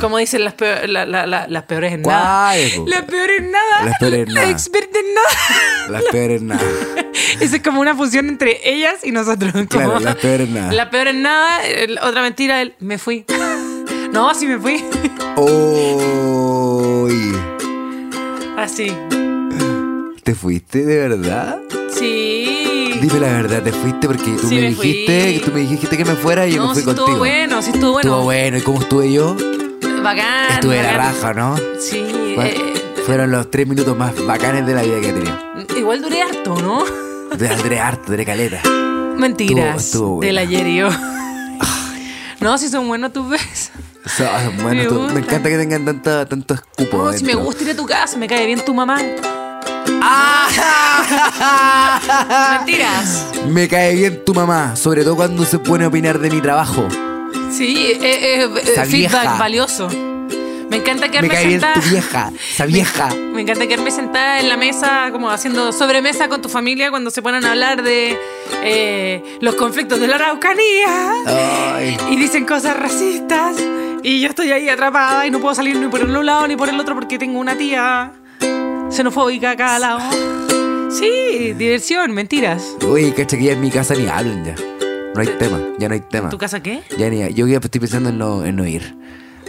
[SPEAKER 2] Como dicen las, peor- la- la- la- las peores en nada.
[SPEAKER 1] ¿Cuál, po?
[SPEAKER 2] Las peores en nada.
[SPEAKER 1] Las peores en nada.
[SPEAKER 2] experta en nada.
[SPEAKER 1] Las peores nada.
[SPEAKER 2] Esa es como una fusión entre ellas y nosotros. como-
[SPEAKER 1] Claro, la peor en nada.
[SPEAKER 2] La peor en nada, el- otra mentira, el me fui. No, así me fui.
[SPEAKER 1] Uy,
[SPEAKER 2] Así.
[SPEAKER 1] ¿Te fuiste de verdad?
[SPEAKER 2] Sí.
[SPEAKER 1] Dime la verdad, ¿te fuiste? Porque tú
[SPEAKER 2] Sí,
[SPEAKER 1] me
[SPEAKER 2] me fui.
[SPEAKER 1] dijiste, tú me dijiste que me fuera y yo
[SPEAKER 2] No,
[SPEAKER 1] me
[SPEAKER 2] sí
[SPEAKER 1] fui contigo.
[SPEAKER 2] estuvo bueno, sí estuvo bueno.
[SPEAKER 1] Estuvo bueno. ¿Y cómo estuve yo?
[SPEAKER 2] Bacán.
[SPEAKER 1] Estuve de la
[SPEAKER 2] bacán.
[SPEAKER 1] raja, ¿no?
[SPEAKER 2] Sí.
[SPEAKER 1] Fue-
[SPEAKER 2] eh,
[SPEAKER 1] Fueron los tres minutos más bacanes de la vida que he tenido.
[SPEAKER 2] igual duré harto, ¿no?
[SPEAKER 1] De André harto, de caleta.
[SPEAKER 2] Mentiras
[SPEAKER 1] estuvo
[SPEAKER 2] del
[SPEAKER 1] buena. Ah.
[SPEAKER 2] ayer y yo. No, si son buenos tus besos.
[SPEAKER 1] So- ah, bueno,
[SPEAKER 2] Me
[SPEAKER 1] tú- me
[SPEAKER 2] gusta.
[SPEAKER 1] encanta que tengan tanto, tanto escupo.
[SPEAKER 2] No, si me
[SPEAKER 1] dentro.
[SPEAKER 2] gusta ir a tu casa, me cae bien tu mamá.
[SPEAKER 1] ¡Ah!
[SPEAKER 2] Mentiras.
[SPEAKER 1] Me cae bien tu mamá, sobre todo cuando se pone a opinar de mi trabajo.
[SPEAKER 2] Sí, eh, eh, eh,
[SPEAKER 1] Esa
[SPEAKER 2] feedback
[SPEAKER 1] vieja.
[SPEAKER 2] valioso. Me encanta
[SPEAKER 1] Me
[SPEAKER 2] quedarme
[SPEAKER 1] cae bien
[SPEAKER 2] sentada.
[SPEAKER 1] tu vieja, esa vieja.
[SPEAKER 2] Me encanta quedarme sentada en la mesa, como haciendo sobremesa con tu familia cuando se ponen a hablar de eh, los conflictos de la
[SPEAKER 1] Ah.
[SPEAKER 2] Araucanía
[SPEAKER 1] Ay.
[SPEAKER 2] y dicen cosas racistas. Y yo estoy ahí atrapada y no puedo salir ni por un lado ni por el otro porque tengo una tía xenofóbica a cada lado. Sí, diversión, mentiras.
[SPEAKER 1] Uy, cacha que ya en mi casa ni hablan ya. No hay tema, ya no hay tema.
[SPEAKER 2] ¿Tu casa qué?
[SPEAKER 1] Ya ni, yo ya estoy pensando en no, en no ir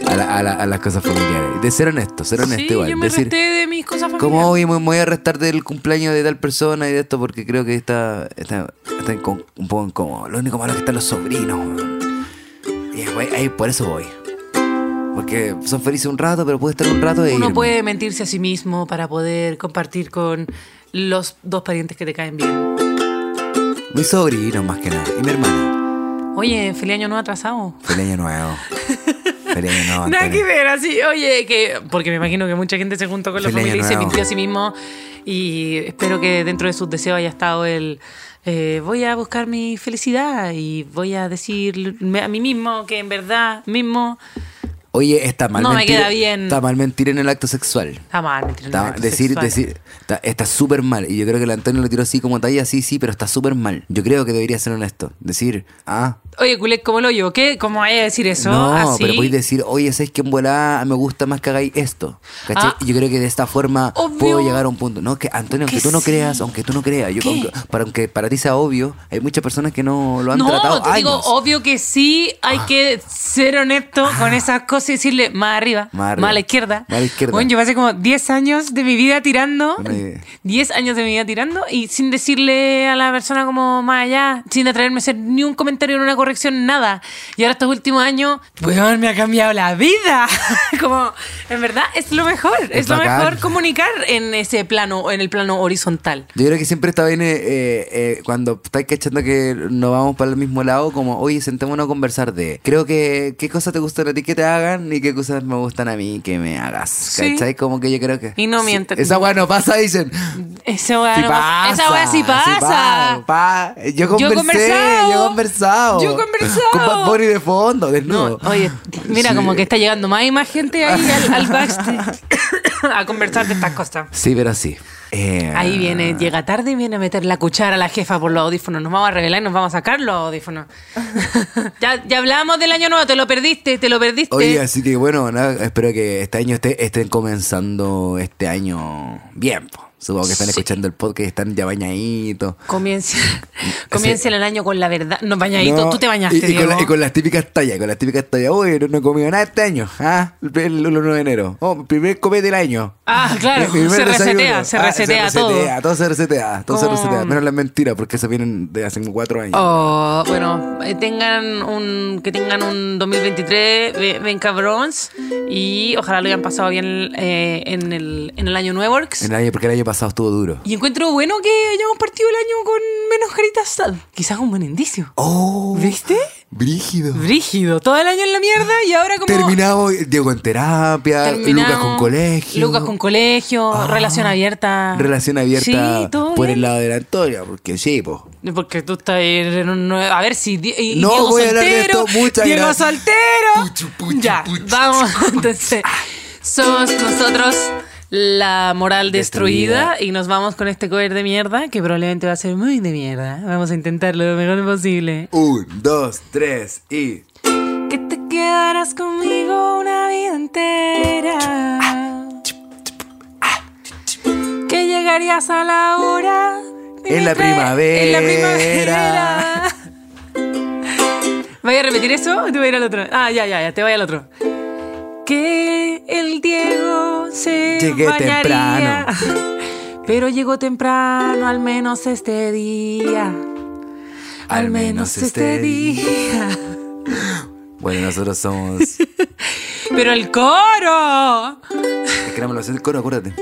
[SPEAKER 1] a, la- a la- a las cosas familiares. De ser honesto, ser honesto
[SPEAKER 2] Sí,
[SPEAKER 1] este igual.
[SPEAKER 2] yo me
[SPEAKER 1] Decir,
[SPEAKER 2] resté de mis cosas familiares.
[SPEAKER 1] ¿Cómo hoy me me voy a restar del cumpleaños de tal persona y de esto? Porque creo que está, está, está en con- un poco incómodo. Lo único malo es que están los sobrinos. weón. Y después, ahí por eso voy. Porque son felices un rato, pero puede estar un rato de
[SPEAKER 2] Uno
[SPEAKER 1] irme.
[SPEAKER 2] puede mentirse a sí mismo para poder compartir con los dos parientes que te caen bien.
[SPEAKER 1] Mis sobrinos más que nada. Y mi hermana.
[SPEAKER 2] Oye, feliz año nuevo atrasado.
[SPEAKER 1] Feliz año nuevo. Feliz año nuevo.
[SPEAKER 2] Nada
[SPEAKER 1] Antonio.
[SPEAKER 2] que ver, así, oye, que. Porque me imagino que mucha gente se juntó con la
[SPEAKER 1] Feliz
[SPEAKER 2] familia y
[SPEAKER 1] año
[SPEAKER 2] se
[SPEAKER 1] nuevo.
[SPEAKER 2] mintió a sí mismo. Y espero que dentro de sus deseos haya estado el. eh, voy a buscar mi felicidad y voy a decirme a mí mismo que en verdad mismo
[SPEAKER 1] Oye, está mal
[SPEAKER 2] No me
[SPEAKER 1] mentir.
[SPEAKER 2] queda bien.
[SPEAKER 1] Está mal mentir en el acto sexual.
[SPEAKER 2] está mal mentir en el
[SPEAKER 1] Está,
[SPEAKER 2] acto
[SPEAKER 1] decir,
[SPEAKER 2] sexual.
[SPEAKER 1] decir, está está súper mal. Y yo creo que el Antonio lo tiró así como talla, sí, sí, pero está súper mal. Yo creo que debería ser honesto. Decir, ah,
[SPEAKER 2] Oye, culé, ¿cómo lo yo? ¿Qué? ¿Cómo hay a decir eso?
[SPEAKER 1] no,
[SPEAKER 2] así.
[SPEAKER 1] pero podéis decir, oye, ¿sabes que en volada me gusta más que hagáis esto? ¿Cachai?
[SPEAKER 2] Ah.
[SPEAKER 1] Y yo creo que de esta forma
[SPEAKER 2] Obvio.
[SPEAKER 1] puedo llegar a un punto. No, que Antonio, aunque
[SPEAKER 2] Que
[SPEAKER 1] tú no
[SPEAKER 2] sí.
[SPEAKER 1] creas, aunque tú no creas, yo,
[SPEAKER 2] ¿Qué?
[SPEAKER 1] aunque, para, aunque para ti sea obvio, hay muchas personas que no lo han
[SPEAKER 2] no,
[SPEAKER 1] tratado
[SPEAKER 2] te
[SPEAKER 1] años. Ah.
[SPEAKER 2] digo, obvio que sí, hay que ser honesto con esas cosas y decirle más arriba,
[SPEAKER 1] Más
[SPEAKER 2] más,
[SPEAKER 1] arriba,
[SPEAKER 2] a la izquierda.
[SPEAKER 1] más a la izquierda.
[SPEAKER 2] Bueno, yo pasé como 10 años de mi vida tirando,
[SPEAKER 1] Una idea.
[SPEAKER 2] 10 años de mi vida tirando y sin decirle a la persona como más allá, sin atreverme a hacer ni un comentario, ni una corrección, nada. Y ahora estos últimos años, weón, me ha cambiado la vida. como, en verdad, es lo mejor, es, lo
[SPEAKER 1] bacán.
[SPEAKER 2] mejor comunicar en ese plano, en el plano horizontal.
[SPEAKER 1] Yo creo que siempre está bien eh, eh, eh, cuando estáis cachando que no vamos para el mismo lado, como, oye, sentémonos a conversar de, creo que qué cosas te gustan a ti que te hagan y qué cosas me gustan a mí que me hagas.
[SPEAKER 2] Sí.
[SPEAKER 1] ¿Cachai? Como que yo creo que...
[SPEAKER 2] Y no mientan.
[SPEAKER 1] Esa weá no pasa, dicen.
[SPEAKER 2] Esa weá
[SPEAKER 1] Sí
[SPEAKER 2] no
[SPEAKER 1] pasa,
[SPEAKER 2] pasa. Esa weá sí pasa.
[SPEAKER 1] pa- yo conversé, yo he conversado. Yo he
[SPEAKER 2] conversado.
[SPEAKER 1] conversado.
[SPEAKER 2] Yo he conversado.
[SPEAKER 1] Con Bad Bunny de fondo, desnudo.
[SPEAKER 2] No, oye, mira
[SPEAKER 1] Sí.
[SPEAKER 2] como que está llegando más y más gente ahí al, al backstage a conversar de estas cosas.
[SPEAKER 1] Sí, pero sí. Eh,
[SPEAKER 2] Ahí viene, llega tarde y viene a meter la cuchara a la jefa por los audífonos. Nos vamos a revelar y nos vamos a sacar los audífonos. ya, ya hablábamos del año nuevo, te lo perdiste, te lo perdiste.
[SPEAKER 1] Oye, así que bueno, nada, espero que este año esté- estén comenzando este año bien. po. Supongo que están
[SPEAKER 2] Sí.
[SPEAKER 1] escuchando el podcast, están ya bañaditos.
[SPEAKER 2] Comience, comience el año con la verdad. No, bañadito,
[SPEAKER 1] No,
[SPEAKER 2] tú te bañaste,
[SPEAKER 1] y, y con la-
[SPEAKER 2] Diego.
[SPEAKER 1] y con las típicas tallas, con las típicas tallas. Uy, no, no he comido nada este año. Ah, el, el 1 de enero. Oh, primer copete del año.
[SPEAKER 2] Ah, claro,
[SPEAKER 1] Mi primer
[SPEAKER 2] se
[SPEAKER 1] desayuno.
[SPEAKER 2] resetea, se
[SPEAKER 1] Ah,
[SPEAKER 2] resetea
[SPEAKER 1] se
[SPEAKER 2] todo.
[SPEAKER 1] resetea, todo se resetea, todo se
[SPEAKER 2] Como-
[SPEAKER 1] resetea. Menos las mentiras, porque esas vienen de hace como cuatro años.
[SPEAKER 2] Oh, bueno, eh, tengan un que tengan un 2023 be- bien cabróns y ojalá lo hayan pasado bien eh, en, el, en el año Nuevo Works.
[SPEAKER 1] En el año- porque el año pasado estuvo duro.
[SPEAKER 2] Y encuentro bueno que hayamos partido el año con menos caritas sad. Quizás un buen indicio.
[SPEAKER 1] ¡Oh!
[SPEAKER 2] ¿Viste?
[SPEAKER 1] ¡Brígido!
[SPEAKER 2] Brígido, todo el año en la mierda y ahora como...
[SPEAKER 1] Terminamos Diego en terapia,
[SPEAKER 2] terminamos.
[SPEAKER 1] Lucas con colegio. Ah,
[SPEAKER 2] Lucas con colegio, relación abierta.
[SPEAKER 1] Relación abierta
[SPEAKER 2] Sí, todo
[SPEAKER 1] por
[SPEAKER 2] bien.
[SPEAKER 1] el lado de la Antonia, porque sí, po.
[SPEAKER 2] Porque tú estás en un nue- A ver si. Di- y- y
[SPEAKER 1] No
[SPEAKER 2] Diego
[SPEAKER 1] voy a hablar
[SPEAKER 2] soltero,
[SPEAKER 1] de esto, muchas
[SPEAKER 2] Diego
[SPEAKER 1] gracias.
[SPEAKER 2] soltero.
[SPEAKER 1] Puchu, puchu,
[SPEAKER 2] ya,
[SPEAKER 1] puchu.
[SPEAKER 2] vamos. Entonces, somos nosotros la moral destruida,
[SPEAKER 1] Destruida.
[SPEAKER 2] y nos vamos con este cover de mierda que probablemente va a ser muy de mierda. Vamos a intentarlo lo mejor posible.
[SPEAKER 1] Un, dos, tres y.
[SPEAKER 2] Que te quedarás conmigo una vida entera. Que llegarías a la hora. de
[SPEAKER 1] En la
[SPEAKER 2] traer- En la
[SPEAKER 1] primavera.
[SPEAKER 2] primavera. ¿Voy a repetir eso o te voy a ir al otro? Ah, ya, ya, ya, te voy al otro. Que el Diego se
[SPEAKER 1] Llegué
[SPEAKER 2] bañaría.
[SPEAKER 1] temprano.
[SPEAKER 2] Pero llegó temprano, al menos este día. Al, menos, este día.
[SPEAKER 1] Bueno, nosotros somos. Es
[SPEAKER 2] Pero el coro.
[SPEAKER 1] que éramos los del coro, acuérdate.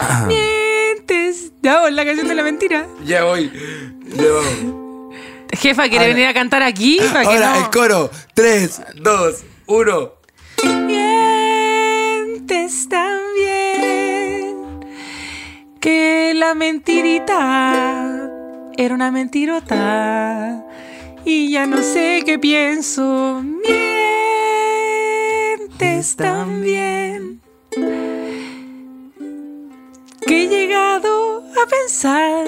[SPEAKER 1] Ah.
[SPEAKER 2] Mientes. Ya, la canción de la mentira.
[SPEAKER 1] Ya voy. Ya voy.
[SPEAKER 2] Jefa, ¿quiere venir a cantar aquí? Para que
[SPEAKER 1] Ahora
[SPEAKER 2] no-
[SPEAKER 1] el coro. Tres, dos, uno.
[SPEAKER 2] Mientes también que la mentirita era una mentirota y ya no sé qué pienso. Mientes también que he llegado a pensar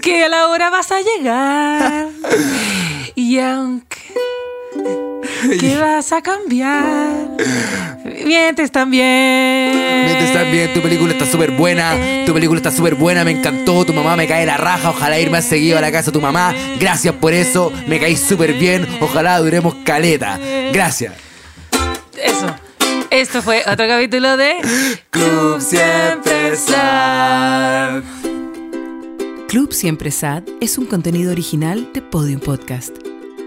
[SPEAKER 2] que a la hora vas a llegar y aunque que vas a cambiar. Mientes también.
[SPEAKER 1] Mientras también, tu película está súper buena. Tu película está súper buena, me encantó. Tu mamá me cae la raja. Ojalá ir más seguido a la casa de tu mamá. Gracias por eso. Me caí súper bien. Ojalá duremos caleta. Gracias.
[SPEAKER 2] Eso. Esto fue otro capítulo de
[SPEAKER 1] Club
[SPEAKER 2] Siempre
[SPEAKER 1] Sad.
[SPEAKER 3] Club Siempre Sad es un contenido original de Podium Podcast.